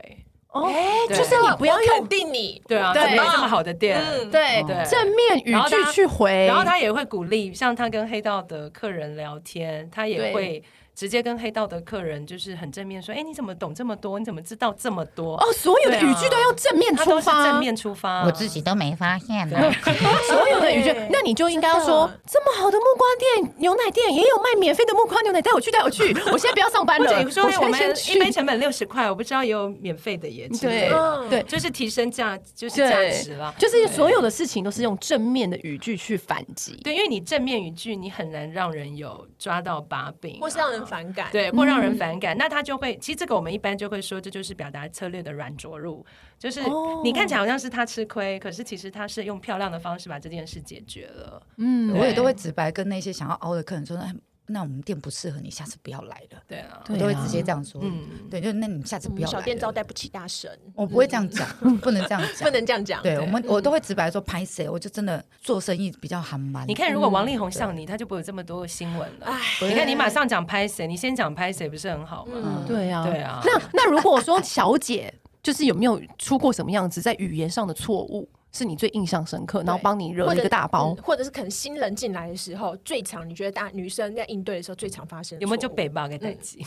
S2: 哦，
S4: 对
S2: 就是你不要
S3: 哎我肯
S2: 用
S3: 定你，
S4: 对啊，
S2: 对
S4: 怎么有这么好的店？
S3: 嗯
S2: 对
S4: 对
S2: 正面语
S4: 然后
S2: 句
S4: 他
S2: 去回，
S4: 然后他也会鼓励，像他跟黑道的客人聊天，他也
S2: 对
S4: 会直接跟黑道的客人就是很正面说，哎，你怎么懂这么多？你怎么知道这么多？
S2: 哦，所有的
S4: 对啊
S2: 语句都要正面
S4: 他
S2: 出
S4: 都是
S2: 发，
S4: 正面出发，
S1: 我自己都没发现呢、
S2: 所有的语句
S3: 对，
S2: 那你就应该要说
S3: 真的，
S2: 这么好的木瓜店、牛奶店也有卖免费的木瓜牛奶，带我去，带我去！我现在不要上班
S4: 或
S2: 了，
S4: 者有时候
S2: 我现
S4: 我
S2: 在
S4: 们
S2: 先
S4: 一杯
S2: 去。
S4: 成本六十块，我不知道也有免费的耶，之类
S2: 对
S4: 的
S3: 嗯
S2: 对
S4: 就是提升价，就是价
S2: 对
S4: 值啦，。
S2: 就是所有的事情都是用正面的语句去反击。
S4: 对，因为你正面语句，你很难让人有抓到把柄啊，
S3: 或是让人反感。
S4: 对，或让
S2: 嗯
S4: 人反感，那他就会，其实这个我们一般就会说，这就是表达策略的软着陆，就是
S2: 哦
S4: 你看起来好像是他吃亏，可是其实他是用漂亮的方式把这件事解决了。
S2: 嗯
S4: 对
S1: 我也都会直白跟那些想要凹的客人说，哎，那我们店不适合你，下次不要来了。
S4: 对啊，
S2: 对
S1: 我都会
S2: 啊
S1: 直接这样说。
S4: 嗯，
S1: 对，就那你下次不
S3: 嗯
S1: 要来
S3: 小店
S1: 了
S3: 招待不起大神，
S1: 我不会这样讲，不能这样
S3: 不
S1: 讲。
S3: 能这样讲。
S1: 对我们，我都会直白说拍谁，我就真的做生意比较含蛮。
S4: 你看，
S2: 嗯
S4: 如果王力宏像你，他就不会有这么多新闻
S3: 哎
S4: 了。你看，
S2: 哎
S4: 你马上讲拍谁，你先讲拍谁，不是很好吗？
S3: 嗯
S2: 对啊，
S4: 对啊
S2: 那那如果说小姐，就是有没有出过什么样子在语言上的错误，是你最印象深刻，然后帮你惹了一个大包
S3: 嗯？或者是可能新人进来的时候，最常你觉得大女生在应对的时候最常发生的
S4: 有没有就
S3: 错误
S4: 北巴给
S2: 嗯
S4: 带 起？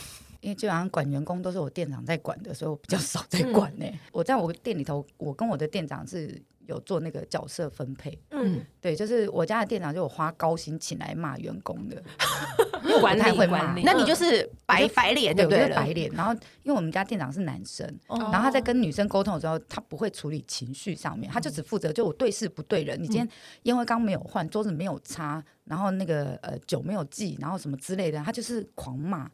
S1: 因为基本上管员工都是我店长在管的，所以我比较少在管呢、我在我店里头，我跟我的店长是有做那个角色分配。
S3: 嗯
S1: 对，就是我家的店长就有花高薪请来骂员工的，
S4: 管
S1: 不太
S4: 理
S1: 会骂
S4: 管理，
S2: 那你哎就是白
S1: 我就
S2: 白脸，对不
S1: 我就
S2: 对
S1: 是
S2: 了？
S1: 白脸。然后因为我们家店长是男生，
S2: 哦嗯
S1: 然后他在跟女生沟通的时候，他不会处理情绪上面，他就只负责就我对事不对人。你今天烟灰缸没有换，桌子没有擦，然后那个呃酒没有记，然后什么之类的，他就是狂骂。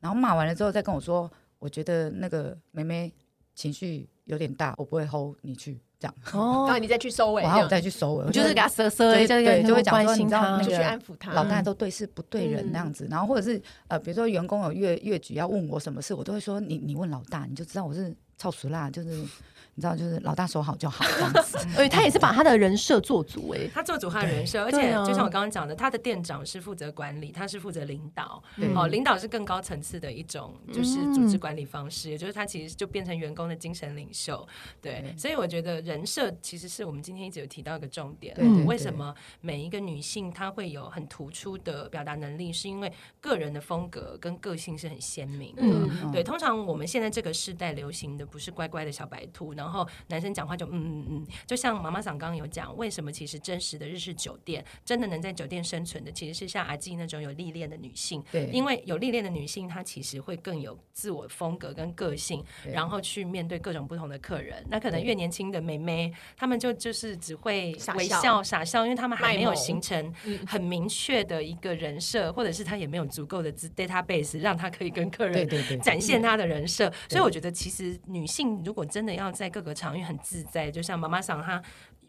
S1: 然后骂完了之后再跟我说，我觉得那个妹妹情绪有点大，我不会 hold 你去这样，
S3: 然
S2: 哦，
S3: 后你再去收尾，
S1: 然 后
S3: 这
S1: 我
S3: 样
S1: 再去收尾。我
S2: 你就是给他瑟
S1: 就
S2: 瑟，
S1: 是
S2: 就是
S1: 对就会
S2: 很关
S1: 讲说
S2: 心
S1: 你知道
S2: 他
S1: 那
S3: 就
S1: 个
S3: 去安抚他。
S1: 老大都对事不对人
S3: 嗯
S1: 那样子，然后或者是呃，比如说员工有越越举要问我什么事，我都会说你你问老大，你就知道我是超俗辣，就是你知道就是老大手好就好这样子。
S2: 而且他也是把他的人设做足哎、
S4: 他做主他的人设，而
S2: 对
S4: 且
S2: 啊
S4: 就像我刚刚讲的，他的店长是负责管理，他是负责领导。
S3: 嗯
S1: 对
S4: 哦，领导是更高层次的一种，就是组织管理方式，也就是他其实就变成员工的精神领袖。对，所以我觉得人设其实是我们今天一直有提到一个重点。
S1: 对对对
S4: 为什么每一个女性她会有很突出的表达能力，是因为个人的风格跟个性是很鲜明的。
S3: 嗯
S4: 对，通常我们现在这个时代流行的不是乖乖的小白兔，然后男生讲话就嗯嗯嗯，就像妈妈桑刚刚有讲，为什么其实真实的日式酒店真的能在酒店生存的，其实是像阿纪那种有历练的女性，
S1: 对
S4: 因为有历练的女性，她其实会更有自我风格跟个性，
S1: 对
S4: 然后去面对各种不同的客人。那可能越年轻的妹妹，她们就就是只会
S3: 傻
S4: 微
S3: 笑
S4: 笑傻笑，因为她们还
S3: 卖
S4: 没有
S3: 萌嗯
S4: 形成很明确的一个人设，或者是她也没有足够的资 database 让她可以跟客人
S1: 对对对，
S4: 展
S2: 嗯
S4: 现她的人设。所以我觉得，其实女性如果真的要在各个场域很自在，就像妈妈桑她。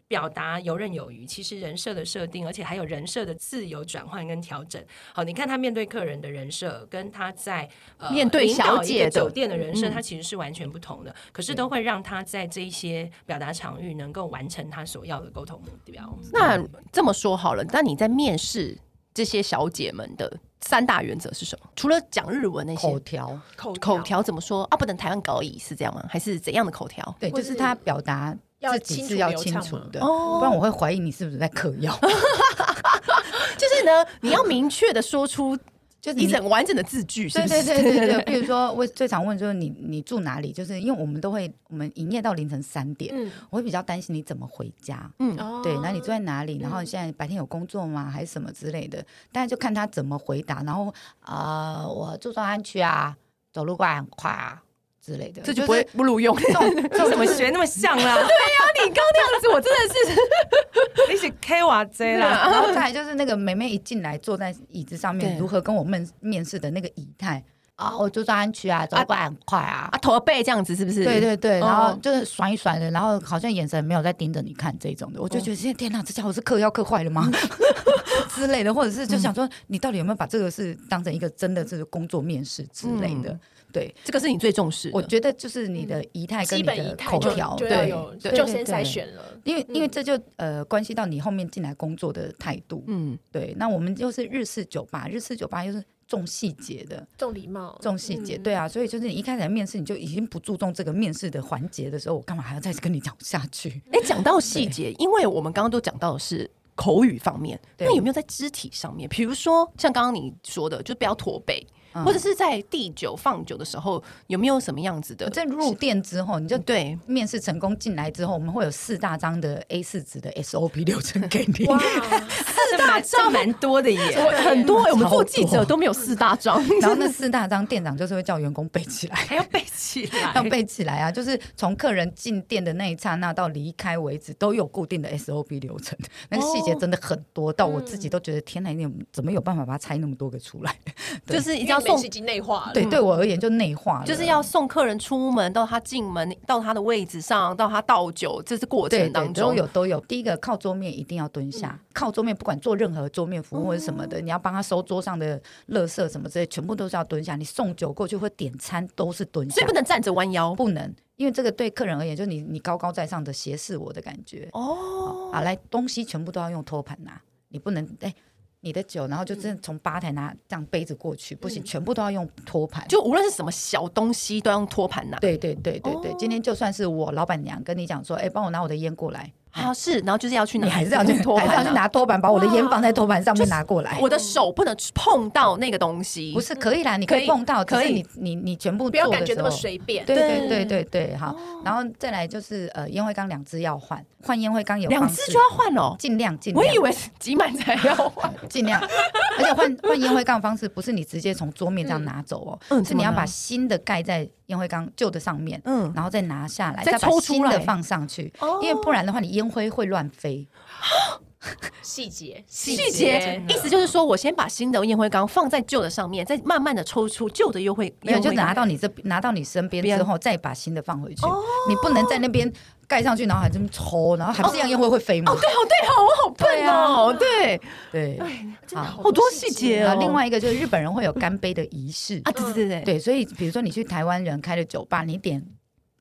S4: 表达游刃有余，其实人设的设定，而且还有人设的自由转换跟调整。好，你看她面对客人的人设，跟她在呃
S2: 面对
S4: 领导
S2: 小姐
S4: 一个
S2: 的
S4: 酒店的人设，
S2: 嗯
S4: 她其实是完全不同的。可是都会让她在这一些表达场域能够完成她所要的沟啊通目 标。
S2: 那这么说好了，那你在面试这些小姐们的三大原则是什么？除了讲日文那些
S1: 口条，
S3: 口
S2: 口条怎么说啊？不能台湾搞以是这样吗？还是怎样的口条？
S1: 对，
S3: 或
S1: 就是是他表达
S3: 要
S1: 自己
S3: 清
S1: 是
S3: 楚
S1: 要
S3: 流
S1: 清
S3: 畅
S1: 楚
S3: 嘛
S1: 的，
S2: 哦
S1: 不然我会怀疑你是不是在嗑 药。
S2: 就是呢，你要明确的说出
S1: 就是
S2: 一
S1: 你
S2: 整完整的字句，是
S1: 对
S2: 不
S1: 对
S2: 是？
S1: 对对对，比如说我最常问就是你你住哪里，就是因为我们都会我们营业到凌晨三点，
S3: 嗯
S1: 我会比较担心你怎么回家。
S3: 哦
S1: 嗯对，那你住在哪里？然后现在白天有工作吗？还是什么之类的？大家就看他怎么回答。然后啊、呃我住中安区啊，走路过来很快啊之类的。
S2: 这就
S1: 就
S2: 不会
S1: 是
S2: 不录用。
S1: 这种这种
S4: 怎么学那么像啦？
S2: 你刚那样子，我真的是
S4: 你是 K 瓦 Z
S2: 啊
S4: 啦。
S1: 啊然后再来就是那个梅梅一进来坐在椅子上面，
S2: 对
S1: 如何跟我面面试的那个仪态啊，我住中安区啊，走过来很快啊
S2: 啊，。驼背这样子，是不是？
S1: 对对对，然后
S2: 哦
S1: 就是甩一甩的，然后好像眼神没有在盯着你看这种的，我就
S3: 哦
S1: 觉得现在天哪，这家伙是嗑药嗑坏 了吗？之类的，或者是就
S3: 嗯
S1: 想说，你到底有没有把这个是当成一个真的是工作面试之类的？
S3: 嗯
S1: 对，
S2: 这个是你最重视的。
S1: 我觉得就是你的仪态
S3: 基
S1: 跟你
S3: 本仪
S1: 的
S3: 态
S1: 口
S3: 就
S1: 条，
S3: 就
S1: 对
S3: 要有嗯
S1: 对
S3: 就
S1: 对
S3: 先
S1: 对
S3: 筛选了。
S1: 因为因为这就呃关系到你后面进来工作的态度，
S2: 嗯，
S1: 对。那我们又是日式酒吧，日式酒吧又是重细节的，
S3: 重礼貌，
S1: 重细节，
S3: 嗯
S1: 对啊，所以就是你一开始面试你就已经不注重这个面试的环节的时候，我干嘛还要再跟你讲下去？
S2: 哎，讲到细节，因为我们刚刚都讲到的是口语方面，
S1: 对
S2: 那有没有在肢体上面？比如说像刚刚你说的，就不要驼背，
S1: 嗯
S2: 或者是在递酒放酒的时候，有没有什么样子的？
S1: 在入店之后，你就
S2: 对，
S1: 面试成功进来之后，我们会有四大张的 A 四纸的 SOP 流程给你。
S3: 哇，
S4: 这蛮这蛮多的耶。
S2: 我很多、我们做记
S1: 超多
S2: 者都没有四大张，
S1: 然后那四大张店长就是会叫员工背起来，
S4: 还要背起来，
S2: 哎
S1: 要背起来啊！就是从客人进店的那一刹那到离开为止，都有固定的 SOP 流程。那个
S2: 哦
S1: 细节真的很多，到我自
S2: 嗯
S1: 己都觉得天哪，你怎么有办法把它拆那么多个出来？
S2: 就是一
S3: 一
S2: 定要
S3: 美
S2: 送
S3: 食已经内化了。
S1: 对，对我而言就内化了，
S2: 嗯就是要送客人出门，到他进门，到他的位置上，到他倒酒，这是过
S1: 对
S2: 程
S1: 对
S2: 当
S1: 都
S2: 中嗯
S1: 有都有。第一个靠桌面一定要蹲下，靠桌面不管做任何桌面服务或者什么
S2: 哦
S1: 的，你要帮他收桌上的垃圾什么之类，全部都是要蹲下。你送酒过去或点餐都是蹲
S2: 所以
S1: 下
S2: 不，能站着弯腰。
S1: 不能，因为这个对客人而言，就你你高高在上的斜视我的感觉。
S2: 哦，
S1: 啊，来东西全部都要用托盘拿，你不能哎。你的酒，然后就真
S2: 嗯
S1: 的从吧台拿这样杯子过去，不行，全部都要用托盘。
S2: 就无论是什么小东西，都要用托盘拿。
S1: 对对对对对，今
S2: 哦
S1: 天就算是我老板娘跟你讲说，哎，帮我拿我的烟过来，
S2: 啊，是，然后就是要去拿，
S1: 你还是要去，
S2: 托
S1: 还是要
S2: 盘
S1: 去
S2: 拿。
S1: 拿托盘，把我的烟放在托盘上面拿过来。
S2: 我的手不能碰到那个东西
S1: 哎不。是可以啦，你可
S2: 可
S1: 以
S2: 以
S1: 碰到，
S2: 可
S1: 可是
S2: 以
S1: 你你你全部
S3: 不要
S1: 做
S3: 感
S1: 的
S3: 觉
S1: 时
S3: 那么
S1: 候
S3: 随便。
S1: 对对
S2: 对
S1: 对对对，好，然后再来就是呃，烟灰缸两只要换，换烟灰缸有
S2: 两
S1: 方
S2: 次
S1: 式
S2: 就要换哦，
S1: 尽量尽
S2: 我
S1: 量
S2: 以为是挤满才要换。
S1: 尽量，而且换换烟灰缸的方式不是你直接从桌面这样拿走哦，
S2: 嗯
S1: 是你要
S2: 怎么拿
S1: 把新的盖在烟灰缸旧的上面，
S2: 嗯，
S1: 然后再拿下来，
S2: 再
S1: 再把
S2: 抽出
S1: 新的
S2: 来
S1: 放上去
S2: 哦，
S1: 因为不然的话你烟灰会乱飞。
S3: 细节，
S4: 细
S2: 细节
S4: 节
S2: 意思就是说我先把新的烟灰缸放在旧的上面，再慢慢的抽出旧的烟灰，
S1: 没有，就
S2: 烟灰缸
S1: 拿到你这拿到你身边
S2: 边哦
S1: 之后，再把新的放回去。你不能在那边盖上去，然后还这么抽，然后还不是一样烟灰会飞吗？
S2: 哦，对哦，对哦，我好笨哦，哎对，
S1: 对。
S3: 真的
S1: 好
S2: 好多细节
S1: 然
S2: 哦。
S1: 后另外一个就是日本人会有干杯的仪式
S2: 啊，，对对对对，
S1: 对，所以比如说你去台湾人开的酒吧，你点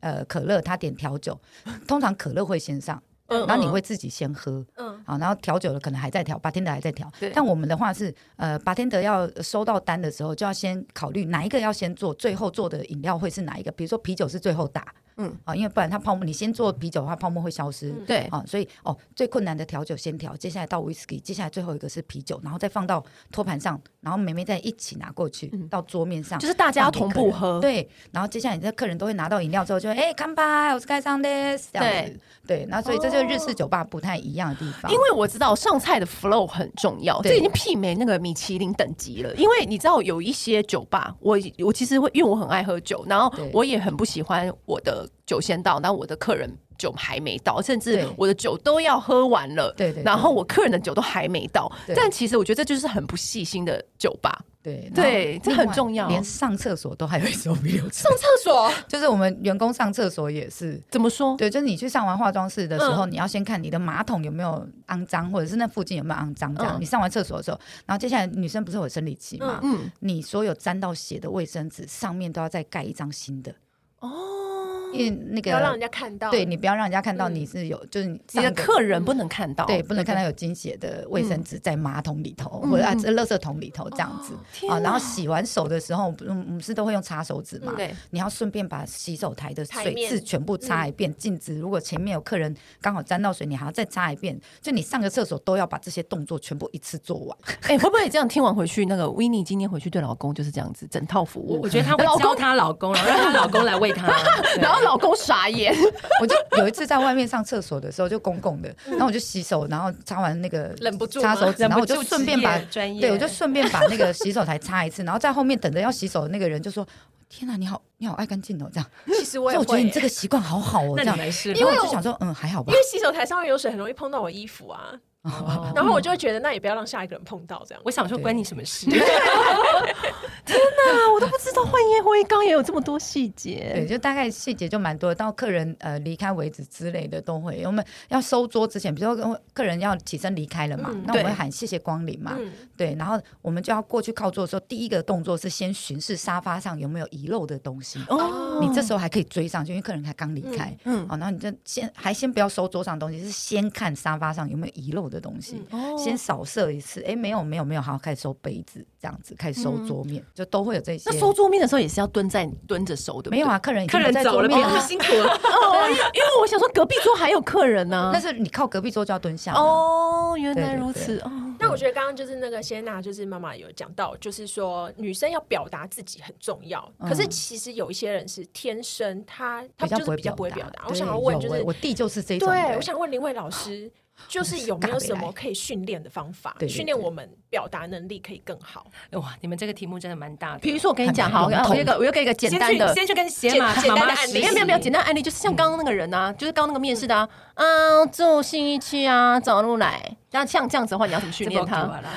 S1: 呃可乐，他点调酒，通常可乐会先上，
S3: 嗯
S1: 然后你会自己先喝，
S3: 嗯，
S1: 好，然后调酒的可能还在调，八天的还在调
S2: 对。
S1: 但我们的话是，呃，八天的要收到单的时候，就要先考虑哪一个要先做，最后做的饮料会是哪一个？比如说啤酒是最后打，
S2: 嗯
S1: 嗯，啊，因为不然它泡沫，你先做啤酒的话，泡沫会消失。
S3: 嗯
S2: 对
S1: 啊，所以哦，最困难的调酒先调，接下来到 whisky，接下来最后一个是啤酒，然后再放到托盘上，然后妹妹再一起拿过去、
S3: 嗯
S1: 到桌面上，
S2: 就是大家要同步喝，
S1: 对，然后接下来你的客人都会拿到饮料之后就，哎，干杯，我是盖上的，这样子，对，然后所以这就是日式酒吧不太一样的地方，
S2: 因为我知道上菜的 flow 很重要，
S1: 对
S2: 这已经媲美那个米其林等级了。因为你知道有一些酒吧，我我其实会，因为我很爱喝酒，然后
S1: 对
S2: 我也很不喜欢我的酒先到，然后我的客人。酒还没到，甚至
S1: 对
S2: 我的酒都要喝完了，
S1: 对对对
S2: 然后我客人的酒都还没到，
S1: 对
S2: 但其实我觉得这就是很不细心的酒吧。
S1: 对
S2: 对
S1: 然后
S2: 这很
S1: 另外
S2: 重要
S1: 连上厕所都还有 SOP 流程，
S3: 厕所
S1: 就是我们员工上厕所也是。
S2: 怎么说？
S1: 对，就是你去上完化妆室的时候，
S2: 嗯
S1: 你要先看你的马桶有没有肮脏，或者是那附近有没有肮脏。这
S2: 嗯
S1: 样，你上完厕所的时候，然后接下来女生不是有生理期嘛？
S2: 嗯，
S1: 你所有沾到血的卫生纸上面都要再盖一张新的，
S2: 哦，
S1: 因为那
S3: 不要让
S1: 个
S3: 人家看到，
S1: 对你不要让人家看到
S3: 嗯
S1: 你是有，就是你
S2: 你
S1: 上
S2: 的
S1: 一个
S2: 客人不能看到，
S1: 对，不能看到有经血的卫生纸在马桶里头，
S2: 嗯
S1: 或者啊，
S2: 嗯
S1: 这垃圾桶里头这样子
S2: 天
S1: 啊。然后
S2: 哪
S1: 洗完手的时候，我们我们是都会用擦手指嘛
S2: 嗯，对，
S1: 你要顺便把洗手台的
S3: 台
S1: 水
S3: 面
S1: 渍全部擦一遍，镜子如果前面有客人刚好沾到水，你还要再擦一遍。就你上个厕所都要把这些动作全部一次做完。
S2: 哎、会不会这样听完回去，那个 w i n n i e 今天回去对老公就是这样子，整套服
S4: 我
S2: 务
S4: 我。觉得她会
S2: 老公
S4: 教她老公，然后让她老公来喂她。对
S2: 然后老公傻眼，
S1: 我就有一次在外面上厕所的时候，就公共的，然后我就洗手，然后擦完那个
S3: 忍不住
S1: 擦
S3: 吗
S1: 手指，
S4: 忍
S1: 然后
S4: 不
S1: 我就
S4: 住
S1: 顺
S4: 职
S1: 便把
S4: 业专业，
S1: 对，我就顺便把那个洗手台擦一次，然后在后面等着要洗手的那个人就说：“天哪，你好，你好爱干净哦！”这样，
S3: 其实我
S1: 所以
S3: 也
S1: 我觉得
S3: 会
S1: 你这。个习惯好好哦，
S4: 那
S1: 这样。
S4: 你没事吗，
S1: 因为我
S3: 因为
S1: 就想说，嗯，还好吧
S3: 因为。洗手台上面有水，很容易碰到我衣服啊，
S1: 嗯
S4: 哦
S3: 然后我就会觉得那也不要让下一个人碰到这样。
S4: 我想说关你什么事？
S2: 啊，我都不知道换烟灰缸也有这么多细
S1: 对，
S2: 节。
S1: 就大概细节就蛮多，到客人呃离开为止之类的都会。我们要收桌之前，比如说客人要起身离开了嘛，
S3: 嗯
S1: 那我
S2: 对
S1: 们会喊谢谢光临嘛，
S3: 嗯，
S1: 对，然后我们就要过去靠桌的时候，第一个动作是先巡视沙发上有没有遗漏的东西。
S2: 哦
S3: 嗯
S1: 你这时候还可以追上去，因为客人才刚离开。
S2: 嗯
S1: 嗯，好、然后你就先还先不要收桌上的东西，是先看沙发上有没有遗漏的东
S3: 嗯
S1: 西，
S2: 哦
S1: 先扫射一次。哎，没有没有没有，好，开始收杯子，这样子开始
S3: 嗯
S1: 收桌面，就都会有这些。
S2: 那收桌面的时候也是要蹲在蹲着收的，
S1: 没有啊，？客人已
S4: 客
S1: 经
S4: 人
S1: 在
S4: 走
S1: 桌
S4: 了，
S1: 面
S3: 嗯
S4: 别那么 辛苦了。
S2: 哦，因因为我想说隔壁桌还有客人呢
S1: 但。是你靠隔壁桌就要蹲下。哦，
S2: 哦，原来如此哦。
S3: 那我觉得刚刚就是那个谢娜，就是妈妈有讲到，就是说女生要表达自己很重要，可是其实有一些人是天生他他
S1: 较
S3: 就是比较不会
S1: 会
S3: 表达。
S1: 对
S3: 我想要问，
S1: 有
S3: 就
S1: 欸
S3: 是
S1: 我弟就是这种的，
S3: 对，我想问林慧老师，就是有没有什么可以训练的方法
S1: 对，对
S3: 训练我们表达能力可以更好？
S4: 哇，你们这个题目真的蛮大的。
S2: 比如说，我跟你讲，好，我
S1: 很痛
S2: 有一个，我有给一个简单
S4: 先去
S2: 的，
S4: 先去跟鞋码
S3: 简简
S4: 妈
S3: 单的
S4: 妈
S3: 案例
S4: 学
S2: 没有
S4: 习
S2: 没有没有简单案例，就是像刚刚那个人啊，就是刚刚那个面试的啊，啊，住新一区啊，走路来。那像这样子的话，你要怎么训练他？
S1: 对，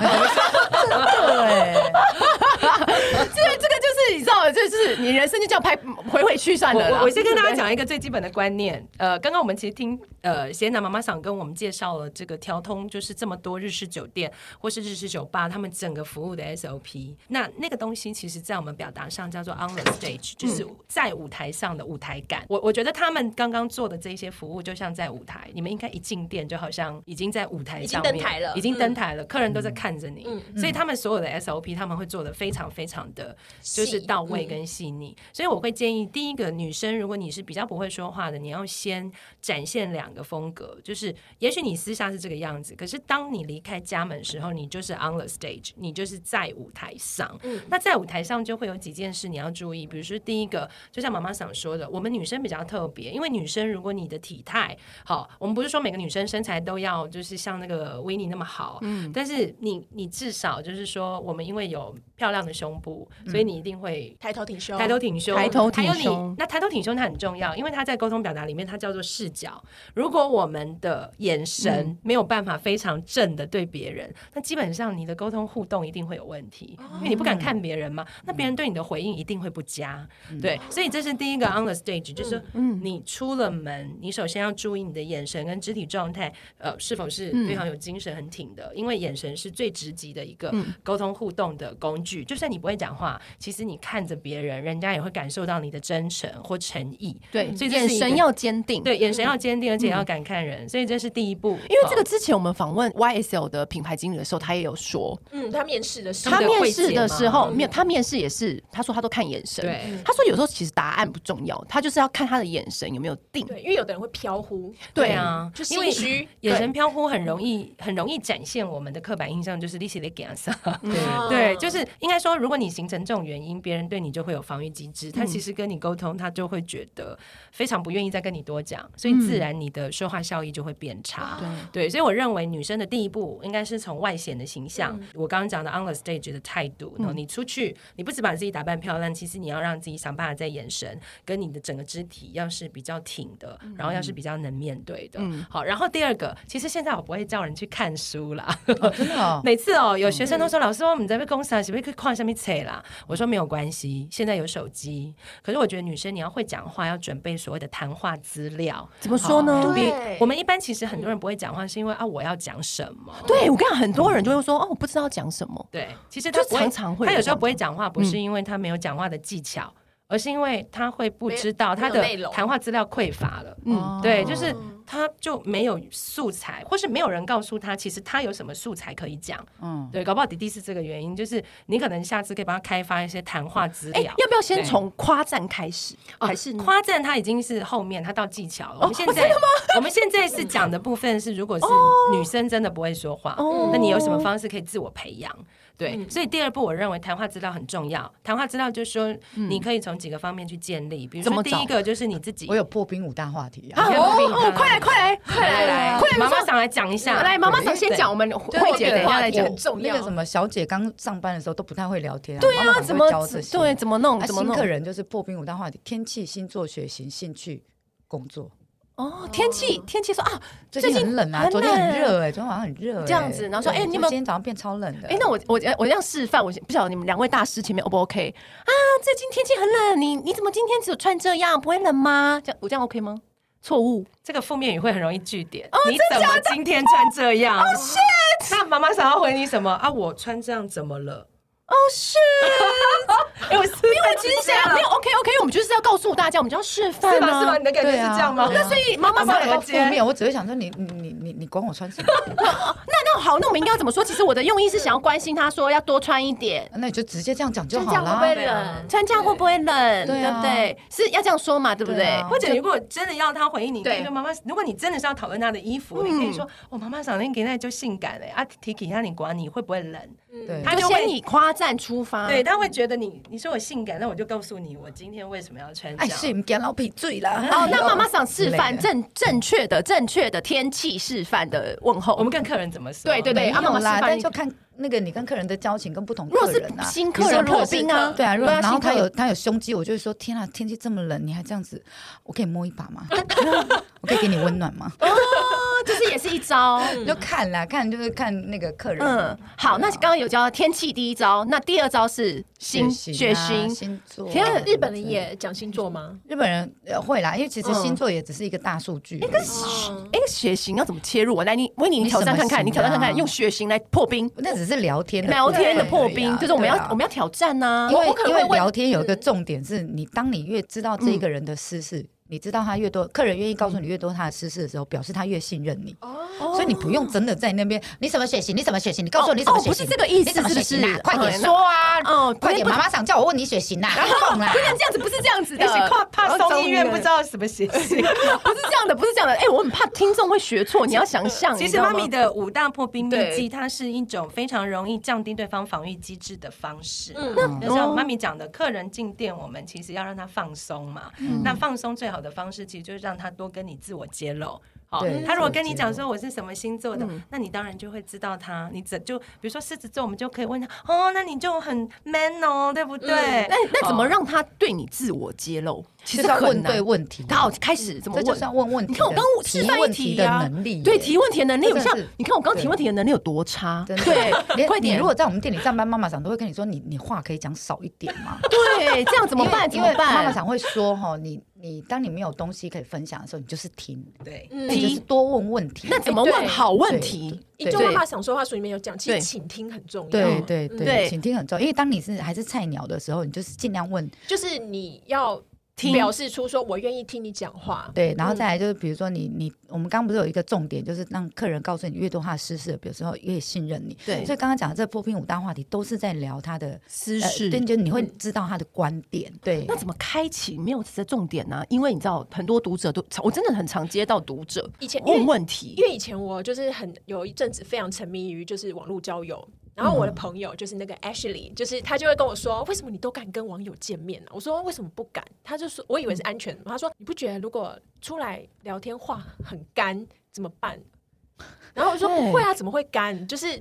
S2: 这个这个就是你知道，就是你人生就这样拍回回去算
S4: 我
S2: 了啦
S4: 我我先跟大家讲一个最基本的观念。呃，刚刚我们其实听呃贤南妈妈想跟我们介绍了这个调通，就是这么多日式酒店或是日式酒吧，他们整个服务的 SOP。那那个东西其实，在我们表达上叫做 on the
S3: 嗯
S4: stage，就是在舞台上的舞台感。我我觉得他们刚刚做的这些服务，就像在舞台，你们应该一进店就好像已经在舞台
S3: 已经
S4: 上面
S3: 登台了
S4: 已经登台了，客人都在看着
S3: 嗯
S4: 你，所以他们所有的 SOP 他们会做的非常非常的就是
S3: 细
S4: 到位
S3: 嗯
S4: 跟。跟细腻，所以我会建议第一个女生，如果你是比较不会说话的，你要先展现两个风格，就是也许你私下是这个样子，可是当你离开家门的时候，你就是 on the stage，你就是在舞台上。那在舞台上就会有几件事你要注意，比如说第一个，就像妈妈想说的，我们女生比较特别，因为女生如果你的体态好，我们不是说每个女生身材都要就是像那个维尼那么好，
S2: 嗯
S4: 但是你你至少就是说，我们因为有漂亮的胸部，所以你一定会
S3: 抬头挺胸，
S4: 抬头挺胸，
S2: 嗯抬头挺胸
S4: 还有你那抬头挺胸它很重要，因为它在沟通表达里面它叫做视角。如果我们的眼神没有办法非常正的对别人，那基本上你的沟通互动一定会有问题，因为你不敢看别人嘛，那别人对你的回应一定会不佳。对，所以这是第一个 on the stage，就是说你出了门，你首先要注意你的眼神跟肢体状态，呃，是否是非常有精神、很挺的，因为眼神是最直击的一个沟通互动的工具。就算你不会讲话，其实你看着别人，人家也会感受到你的真诚或诚意。
S2: 对，
S4: 所以这
S2: 眼
S4: 是一个
S2: 神要坚定。
S4: 对，眼神要坚定，而且要敢看人，所以这是第一步。
S2: 因为这个
S4: 哦
S2: 之前我们访问 YSL 的品牌经理的时候，他也有说，
S3: 嗯，他面试的时候
S2: 他
S4: 们的
S2: 面
S4: 会
S2: 试
S4: 解
S2: 的
S4: 吗
S2: 时候，没有他面试也是，他说他都看眼神。
S4: 对
S2: 他说有时候其实答案不重要，他就是要看他的眼神有没有定。
S3: 对，因为有的人会飘忽，
S2: 对
S4: 对啊，
S3: 就
S4: 因为
S3: 心虚
S4: 眼神飘忽很容易，很容易展现我们的刻板印象，就是利息的给啊
S3: 嗯
S4: 对，就是应该说，如果你形成这种原因，别人对你就会有防御机制。
S1: 嗯
S4: 他其实跟你沟通，他就会觉得非常不愿意再跟你多讲，所
S1: 嗯
S4: 以自然你的说话效益就会变差。对，所以我认为女生的第一步应该是从外显的形象，我刚刚讲的 on the stage 的态度。
S1: 嗯
S4: 然后你出去，你不只把自己打扮漂亮，其实你要让自己想办法在眼神跟你的整个肢体要是比较挺的，然后要是
S1: 嗯
S4: 比较能面对的。好，然后第二个，其实现在我不会叫人去看书啦。
S1: 哦真的哦，
S4: 每次哦，有学生都说：“老师，我们在被公司啊，是不是可以看下面册啦？”我说：“没有关系，现在有手机。”可是我觉得女生你要会讲话，要准备所谓的谈话资料。
S2: 怎么说呢？
S3: 对
S4: 比我们一般其实很多人不会讲话，是因为啊，我要讲什么？
S2: 对我跟你讲，很多人就会说哦，我不知道讲什么。
S4: 对，其实他
S2: 就
S4: 不会
S2: 常常会有
S4: 他有时
S2: 这
S4: 候
S2: 样
S4: 不会讲话，不是因为他没有讲话的技巧，而是因为他会不
S3: 没有
S4: 知道他
S3: 没
S4: 的
S3: 有内容
S4: 谈话资料匮乏了。
S2: 嗯，
S1: 哦
S4: 对，就是他就没有素材，或是没有人告诉他，其实他有什么素材可以讲。
S2: 哦
S1: 嗯，
S4: 对，搞不好弟弟是这个原因，就是你可能下次可以帮他开发一些谈话资
S2: 哎，
S4: 料。
S2: 要不要先从夸赞开始？还是哦
S4: 夸赞他已经是后面，他到技巧了。我 们现在、我们现在是讲的部分是，如果是女生真的不会说话，
S2: 哦嗯
S4: 那你有什么方式可以自我培养？对，所以第二步，我认为谈话资料很重要。谈话资料就是说，你可以从几个方面去建立，比如
S2: 怎
S4: 说
S2: 么
S4: 第
S2: 找
S4: 一个就是你自己，
S1: 我有破冰五大话题啊
S2: 啊，。哦哦，快来快来快
S4: 来来，
S2: 快来，
S4: 妈妈想来讲一下，
S2: 来，妈妈想先讲，我们慧姐等一下再讲
S3: 对。很重要
S1: 那个什么小姐刚上班的时候都不太会聊天、啊，
S2: 对
S1: 妈妈
S2: 啊，
S1: 很
S2: 怎
S1: 会
S2: 么
S1: 教这些
S2: 对怎么弄
S1: 啊
S2: 哦怎么
S1: 新客
S2: 弄？
S1: 人就是破冰五大话题：天气、星座、血型、兴趣、工作。
S2: 哦，天气天气说啊，
S1: 最近很冷啊，
S2: 很
S1: 昨天很
S2: 冷
S1: 热哎、昨天晚上很热、欸。
S2: 这样子然后说
S1: 对
S2: 哎你有
S1: 就
S2: 没有
S1: 今天早上变超冷的？
S2: 哎、那我我我这样示范，我不晓得你们两位大师前面 O 不 OK 啊？最近天气很冷，你你怎么今天只有穿这样，不会冷吗？这样我这样 OK 吗？错误，
S4: 这个负面语会很容易据点。
S2: 哦
S4: 你怎么今天穿这样？
S2: Oh
S4: 哦、那妈妈想要回你什么啊？我穿这样怎么了？
S2: 哦是，因为我其实现在没有 OK OK，我们就是要告诉大家，我们就要示范
S4: 是
S2: 啊
S4: 吧？是吧？你的感觉
S1: 对
S4: 是
S1: 啊
S4: 这样吗？
S1: 对啊
S2: 那所以妈妈
S4: 妈妈
S2: 说
S4: 两个
S1: 负面，我只会想说你你你你你管我穿什么？
S2: 那那好，那我们应该要怎么说？其实我的用意是想要关心她，说要多穿一点。
S1: 那你就直接这样讲就
S2: 穿这
S1: 好
S2: 样会不会
S1: 了。
S4: 对啊
S2: 冷？穿这样会不会冷？
S1: 对
S2: 对
S1: 啊
S2: 不对？是要这样说嘛？对不
S1: 对
S2: 对
S1: 啊？
S4: 或者如果真的要他回应你，你可以
S2: 对
S4: 说妈妈，如果你真的是要讨论他的衣服，你可以说我妈妈赏那给那就性感嘞啊，提起他你管你会不会冷？
S1: 对，
S4: 他
S2: 就
S4: 就
S2: 先
S4: 会
S2: 以夸赞出发。
S4: 对，他会觉得你你说我性感，那我就告诉你我今天为什么要穿这
S1: 哎，
S4: 样。
S1: 是干老皮醉啦。
S2: 哦，那妈妈想示 范
S1: 之类的
S2: 正正确的正确的天气示范的问候。
S4: 我们跟客人怎么说？
S2: 对对对
S1: 没
S2: 啊妈
S1: 有
S2: 妈示
S1: 啦，
S2: 范
S1: 但
S2: 一
S1: 就看那个你跟客人的交情跟不同
S2: 如果
S1: 客
S2: 是
S1: 人啊。
S2: 新
S1: 你
S2: 客
S1: 说
S2: 人
S1: 如果
S2: 破
S1: 是
S2: 冰啊，
S1: 对啊，如果然后
S2: 新客
S1: 他有他有胸肌，我就会说天啊，天气这么冷，你还这样子，我可以摸一把吗？ 我可以给你温暖吗？
S2: 哦这是也是一招。
S1: 就看啦，看就是看那个客人，
S2: 嗯，好，那刚刚有教天气第一招，那第二招是
S1: 血
S2: 星血
S1: 型啊、
S2: 型。
S1: 星座。
S2: 天啊
S3: 日本人也讲星座吗？
S1: 日本人呃会啦，因为其实
S2: 嗯
S1: 星座也只是一个大数据而已。
S2: 哎，血型要怎么切入啊？来，你为你
S1: 你
S2: 挑战看
S1: 什么型啊
S2: 看，你挑战看看，用血型来破冰，
S1: 那只是聊天的
S2: 聊天的
S1: 部分
S2: 破
S1: 而已啊
S2: 冰，就是我们
S1: 对啊
S2: 要我们要挑战啊呐
S1: 因。为
S3: 我可能
S1: 因为
S3: 会问
S1: 聊天有一个重点是，你当你越知道这一个人的私
S2: 嗯
S1: 事，你知道他越多，客人愿意告诉你越多他的私事的时候，表示他越信任你。
S2: 哦
S1: 所以你不用真的在那边，你什么血型？你什么血型？你告诉我
S2: 哦
S1: 你什么
S2: 哦
S1: 血型？
S2: 不是这个意思
S1: 你什么血型啊
S2: 是不是
S1: 快
S2: 嗯
S1: 点说啊！
S2: 哦
S1: 快
S2: 不
S1: 点，
S2: 是
S1: 妈妈想叫我问你血 型呐，不懂啦
S2: 不。能这样子，不是这样子的
S4: 也，许怕怕送医院
S3: 哦
S4: 不知道什么血型。
S2: 不是这样的，不是这样的。哎，我很怕听众会学错，你要想象。
S4: 其
S2: 你
S4: 实
S2: 知道
S4: 妈
S2: 吗
S4: 咪的五大破冰秘
S2: 对
S4: 技，它是一种非常容易降低对方防御机制的方式。
S3: 嗯
S4: 嗯，就像妈咪讲的，客人进店，我们其实要让他放松嘛。那放松最好的方式，其实就是让他多跟你自我揭露。好
S1: 对，
S4: 他
S1: 自
S4: 如果
S1: 我
S4: 跟你
S1: 揭
S4: 讲
S1: 露
S4: 说我是什么星座的，那你当然就会知道他。你怎就比如说狮子座，我们就可以问他，哦，那你就很 man 哦，对不对？
S3: 嗯
S2: 那那怎
S4: 哦
S2: 么让他对你自我揭露？其
S1: 就
S2: 实
S1: 是要
S2: 很
S1: 问
S2: 难
S1: 对。问题，
S2: 好，开始怎么
S1: 这就
S2: 问
S1: 是？要问问题的。
S2: 你看我刚
S1: 提
S2: 示范
S1: 问
S2: 一
S1: 题
S2: 题
S1: 的
S2: 呀
S1: 能力耶，
S2: 对提问题的能力，
S1: 这
S2: 我
S1: 真的
S2: 像
S1: 是
S2: 你看我刚
S1: 对
S2: 提问题的能力有多差，
S1: 真的
S2: 对，
S1: 连
S2: 快
S1: 你
S2: 点
S1: 如，果在我们店里上班，妈妈长都会跟你说，你你话可以讲少一点嘛。
S2: 对，这样 怎么办？怎
S1: 因
S2: 么
S1: 为因为
S2: 办？
S1: 妈妈常会说哈，你你当你没有东西可以分享的时候，你就是听，
S4: 对。
S3: 嗯
S1: 你就是多问问题。
S2: 那怎么
S3: 哎
S2: 问
S3: 对
S2: 好问题？
S3: 一句
S2: 对
S3: 妈妈想说话书里面有讲，其
S2: 对
S3: 实倾听很重要。
S1: 对对
S3: 嗯
S1: 对，
S2: 对
S1: 请听很重要，因为当你是还是菜鸟的时候，你就是尽量问
S3: 就是你要
S2: 听
S3: 表示出说我愿意听你讲话。嗯
S1: 对，
S2: 嗯
S1: 然后再来就是比如说你你我们刚刚不是有一个重点，就是让客人告诉你越多他的私事，比如说越信任你。
S2: 对
S1: 所以刚刚讲的这破冰五大话题都是在聊他的
S2: 私
S1: 呃
S2: 事
S1: 对，就你会知道他的观点，对
S2: 嗯那。怎么开启没有这些重点呢、啊因为你知道很多读者都，我真的很常接到读者
S3: 以前因为
S2: 问问题，
S3: 因为以前我就是很有一阵子非常沉迷于就是网络交友，然后我的
S1: 嗯
S3: 朋友就是那个 Ashley，就是他就会跟我说，为什么你都敢跟网友见面呢、啊我说为什么不敢？他就说我以为是
S1: 嗯
S3: 安全，他说你不觉得如果出来聊天话很干怎么办？然后 我说
S2: 对
S3: 不会啊，怎么会干？就是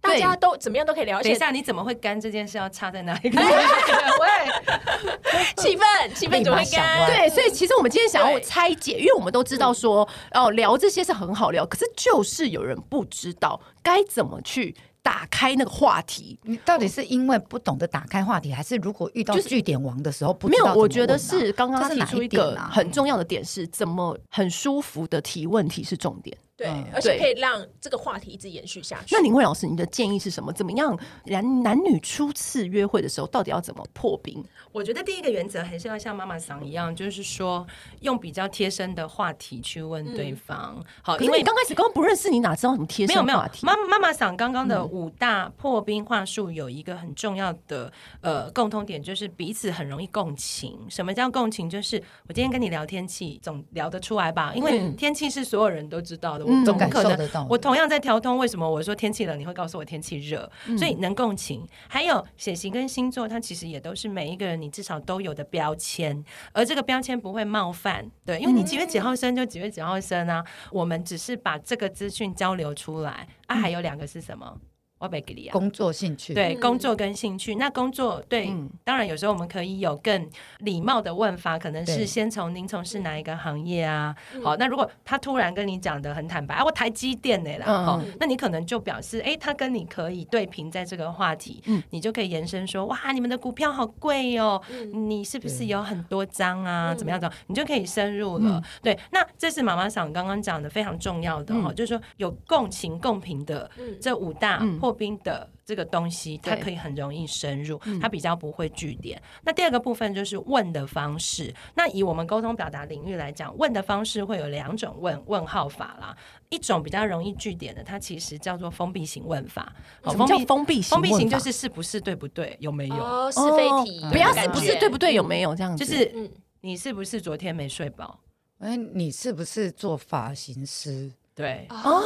S3: 大家都怎么样都可以聊，而
S4: 等一
S3: 且
S4: 下，你怎么会干这件事要插在哪 一个？
S3: 喂，气氛气氛怎么会
S1: 立马想
S3: 干
S2: 对，
S1: 歪？
S2: 所以其实我们今天想要
S3: 对
S2: 拆解，因为我们都知道说，
S1: 嗯
S2: 哦，聊这些是很好聊，可是就是有人不知道该怎么去打开那个话题。
S1: 你到底是因为不懂得打开话题，还是如果遇到据点王的时候不
S2: 没
S1: 知道
S2: 有，
S1: 怎么
S2: 我觉得
S1: 问啊
S2: 是刚刚他
S1: 这
S2: 提
S1: 是哪
S2: 出一
S1: 点
S2: 个
S1: 啊？
S2: 很重要的点是，怎么很舒服的提问题是重点。
S3: 对
S1: 嗯，
S3: 而且
S2: 对
S3: 可以让这个话题一直延续下去。
S2: 那林慧老师，你的建议是什么？怎么样男男女初次约会的时候，到底要怎么破冰？
S4: 我觉得第一个原则还是要像妈妈桑一样，就是说用比较贴身的话题去问对方。好，
S2: 因
S4: 呃因
S2: 为
S4: 为
S2: 你刚开始刚刚不认识，你哪知道什么贴
S4: 没有
S2: 身
S4: 没有
S2: 话，题？
S4: 妈妈妈桑刚刚的五大破冰话术有一个很重要的呃共通点，就是彼此很容易共情。什么叫共情？就是我今天跟你聊天气，总聊得出来吧？因为天气是所有人都知道的，我
S2: 嗯
S4: 总
S1: 感
S4: 可
S1: 受
S4: 能
S1: 得到的
S4: 我同样在调通，为什么我说天气冷，你会告诉我天气热？所以能共情。还有血型跟星座，它其实也都是每一个人你至少都有的标签，而这个标签不会冒犯，对，因为
S1: 嗯
S4: 你几月几号生就几月几号生啊。我们只是把这个资讯交流出来啊，还有两个是什么？我贝给你啊。
S1: 嗯工作嗯兴趣，
S4: 对，
S3: 嗯
S4: 工作跟兴趣。那工作对，当然有时候我们可以有更礼貌的问法，可能
S1: 对嗯
S4: 是先从您从事哪一个行业啊？
S3: 嗯
S4: 好，那如果他突然跟你讲的很坦白，啊，我台积电的啦，
S2: 嗯
S4: 哦，那你可能就表示，哎，他跟你可以对平在这个话题，
S1: 嗯
S4: 你就可以延伸说，哇，你们的股票好贵哦，你是不是
S1: 对
S4: 有很多张啊？
S3: 嗯
S4: 怎么样的？你就可以深入
S2: 嗯
S4: 了。对，那这是妈妈桑刚刚讲的非常重要的哈，就是说有共情共频的
S3: 嗯
S4: 这五大
S2: 嗯
S4: 破破冰的这个东西，它
S2: 对嗯
S4: 可以很容易深入，它比较不会据点。那第二个部分就是问的方式。那以我们沟通表达领域来讲，问的方式会有两种问问号法啦，一种比较容易据点的，它其实叫做封闭型问法。好
S2: 什么叫
S4: 闭
S2: 封闭型
S4: 封
S2: 问法？
S4: 闭型就是是不是对不对，有没有？
S3: 哦，是
S2: 哦
S3: 非题，
S2: 不要
S3: 感
S2: 是
S3: 觉
S2: 不是对不对？有没有这样子？
S4: 就是
S3: 嗯
S4: 你是不是昨天没睡饱？
S1: 哎，你是不是做发型师？
S4: 对，
S3: 哦，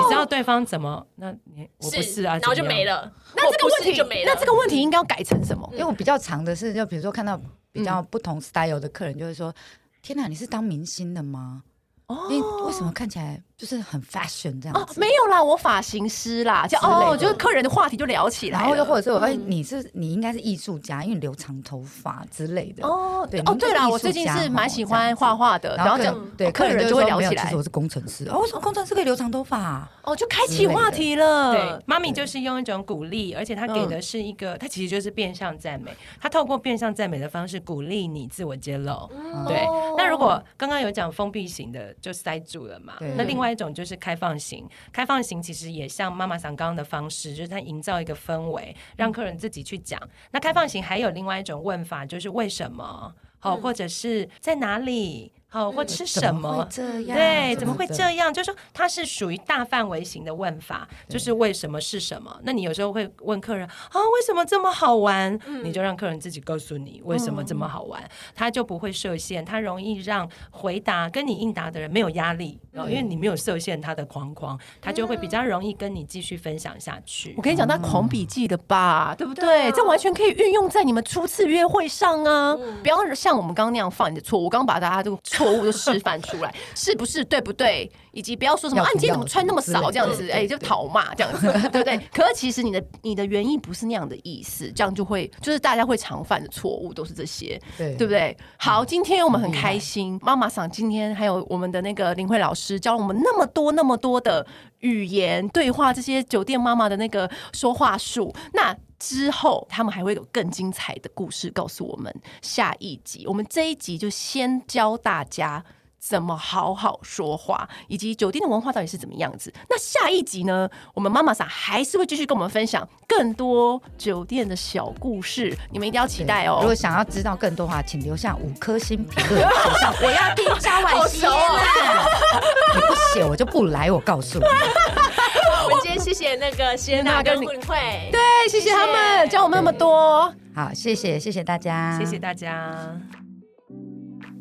S4: 你知道对方怎么？那你我不是啊，
S3: 然后就
S4: 怎么样
S3: 没。了。
S2: 那这个
S3: 或不
S2: 问
S3: 是
S2: 题
S3: 就没，了。
S2: 那这个问题应该要改成什么？
S1: 因为我比较长的是，就比如说看到比
S2: 嗯
S1: 较不同 style 的客人，就会说：“天哪，你是当明星的吗？
S2: 哦
S1: 你为什么看起来就是很 fashion 这样
S2: 哦
S1: 子？”，
S2: 没有啦，我发型师啦，就
S1: 类的
S2: 哦，就是客人的话题就聊起来了，
S1: 然
S2: 嗯
S1: 后又或者是我哎，你是你应该是艺术家，因为你留长头发之类的。
S2: 哦
S1: 对
S2: 哦，
S1: 你们
S2: 对
S1: 是艺
S2: 啦，
S1: 术
S2: 我最近
S1: 家
S2: 是
S1: 哦
S2: 蛮喜
S1: 这
S2: 欢
S1: 样子
S2: 画画的，然后
S1: 客
S2: 这
S1: 人
S2: 样哦
S1: 对
S2: 客人
S1: 就
S2: 就会
S1: 会
S2: 聊起
S1: 其
S2: 来
S1: 实我，是工程师哦，为什么工程师可以留长头发啊？
S2: 哦，就开启话题
S3: 嗯
S2: 了
S4: 对，。妈咪就是用一种鼓励，而且她给的是一个，她其实就是变相赞美。她透过变相赞美的方式鼓励你自我揭露。
S3: 哦
S4: 对，
S1: 哦
S4: 那如果刚刚有讲封闭型的，就塞住了嘛
S1: 对。
S4: 那另外一种就是开放型，开放型其实也像妈妈桑刚刚的方式，就是它营造一个氛围，让客人自己去讲。那开放型还有另外一种问法，就是为什么？好、或者是在哪里？好、或吃什
S1: 嗯怎会
S4: 么？
S1: 这样？
S4: 对，怎么会
S1: 样？
S4: 这样？就是说它是属于大范围型的问法，就是为什么是什么？那你有时候会问客人啊，为什么这么好玩？你就让客人自己告诉你为什么这么好玩，他就不会设限，他容易让回答跟你应答的人没有压力，哦因为你没有设限他的框框，他就会比较容易跟你继续分享下去
S2: 我。跟你讲，那
S1: 嗯
S2: 狂笔记的吧，对不
S3: 对
S2: 对
S3: 啊？
S2: 这完全可以运用在你们初次约会上啊！
S1: 嗯
S2: 不要像我们刚刚那样犯你的错误，我刚刚把大家的错误都示范出 来，是不是对不对？以及不要说什么
S1: 要
S2: 啊，
S1: 不
S2: 你今天怎么
S1: 要
S2: 穿那么
S1: 之类
S2: 少
S1: 的
S2: 这样子，哎，就讨骂这样子，对 不对？可是其实你的你的原意不是那样的意思，这样就会就是大家会常犯的错误都是这些，
S1: 对嗯
S2: 对不对？好，今天我们很开心，妈妈桑今天还有我们的那个呃林慧老师教我们那么多那么多的语言对话，这些酒店妈妈的那个说话术。那之后他们还会有更精彩的故事告诉我们下一集。我们这一集就先教大家。怎么好好说话，以及酒店的文化到底是怎么样子？那下一集呢？我们妈妈桑还是会继续跟我们分享更多酒店的小故事，你们一定要期待哦。
S1: 如果想要知道更多的话，请留下五颗星评论。写上我要听
S3: 好
S1: 张
S3: 熟
S1: 婉欣
S3: 哦
S1: 啊！ 你不写我就不来，我告诉你。
S3: 我们今天谢谢那个谢娜跟文慧，对。
S2: 对，谢谢他们教我们那么多。
S1: 好，谢谢谢谢大家，
S4: 谢谢大家。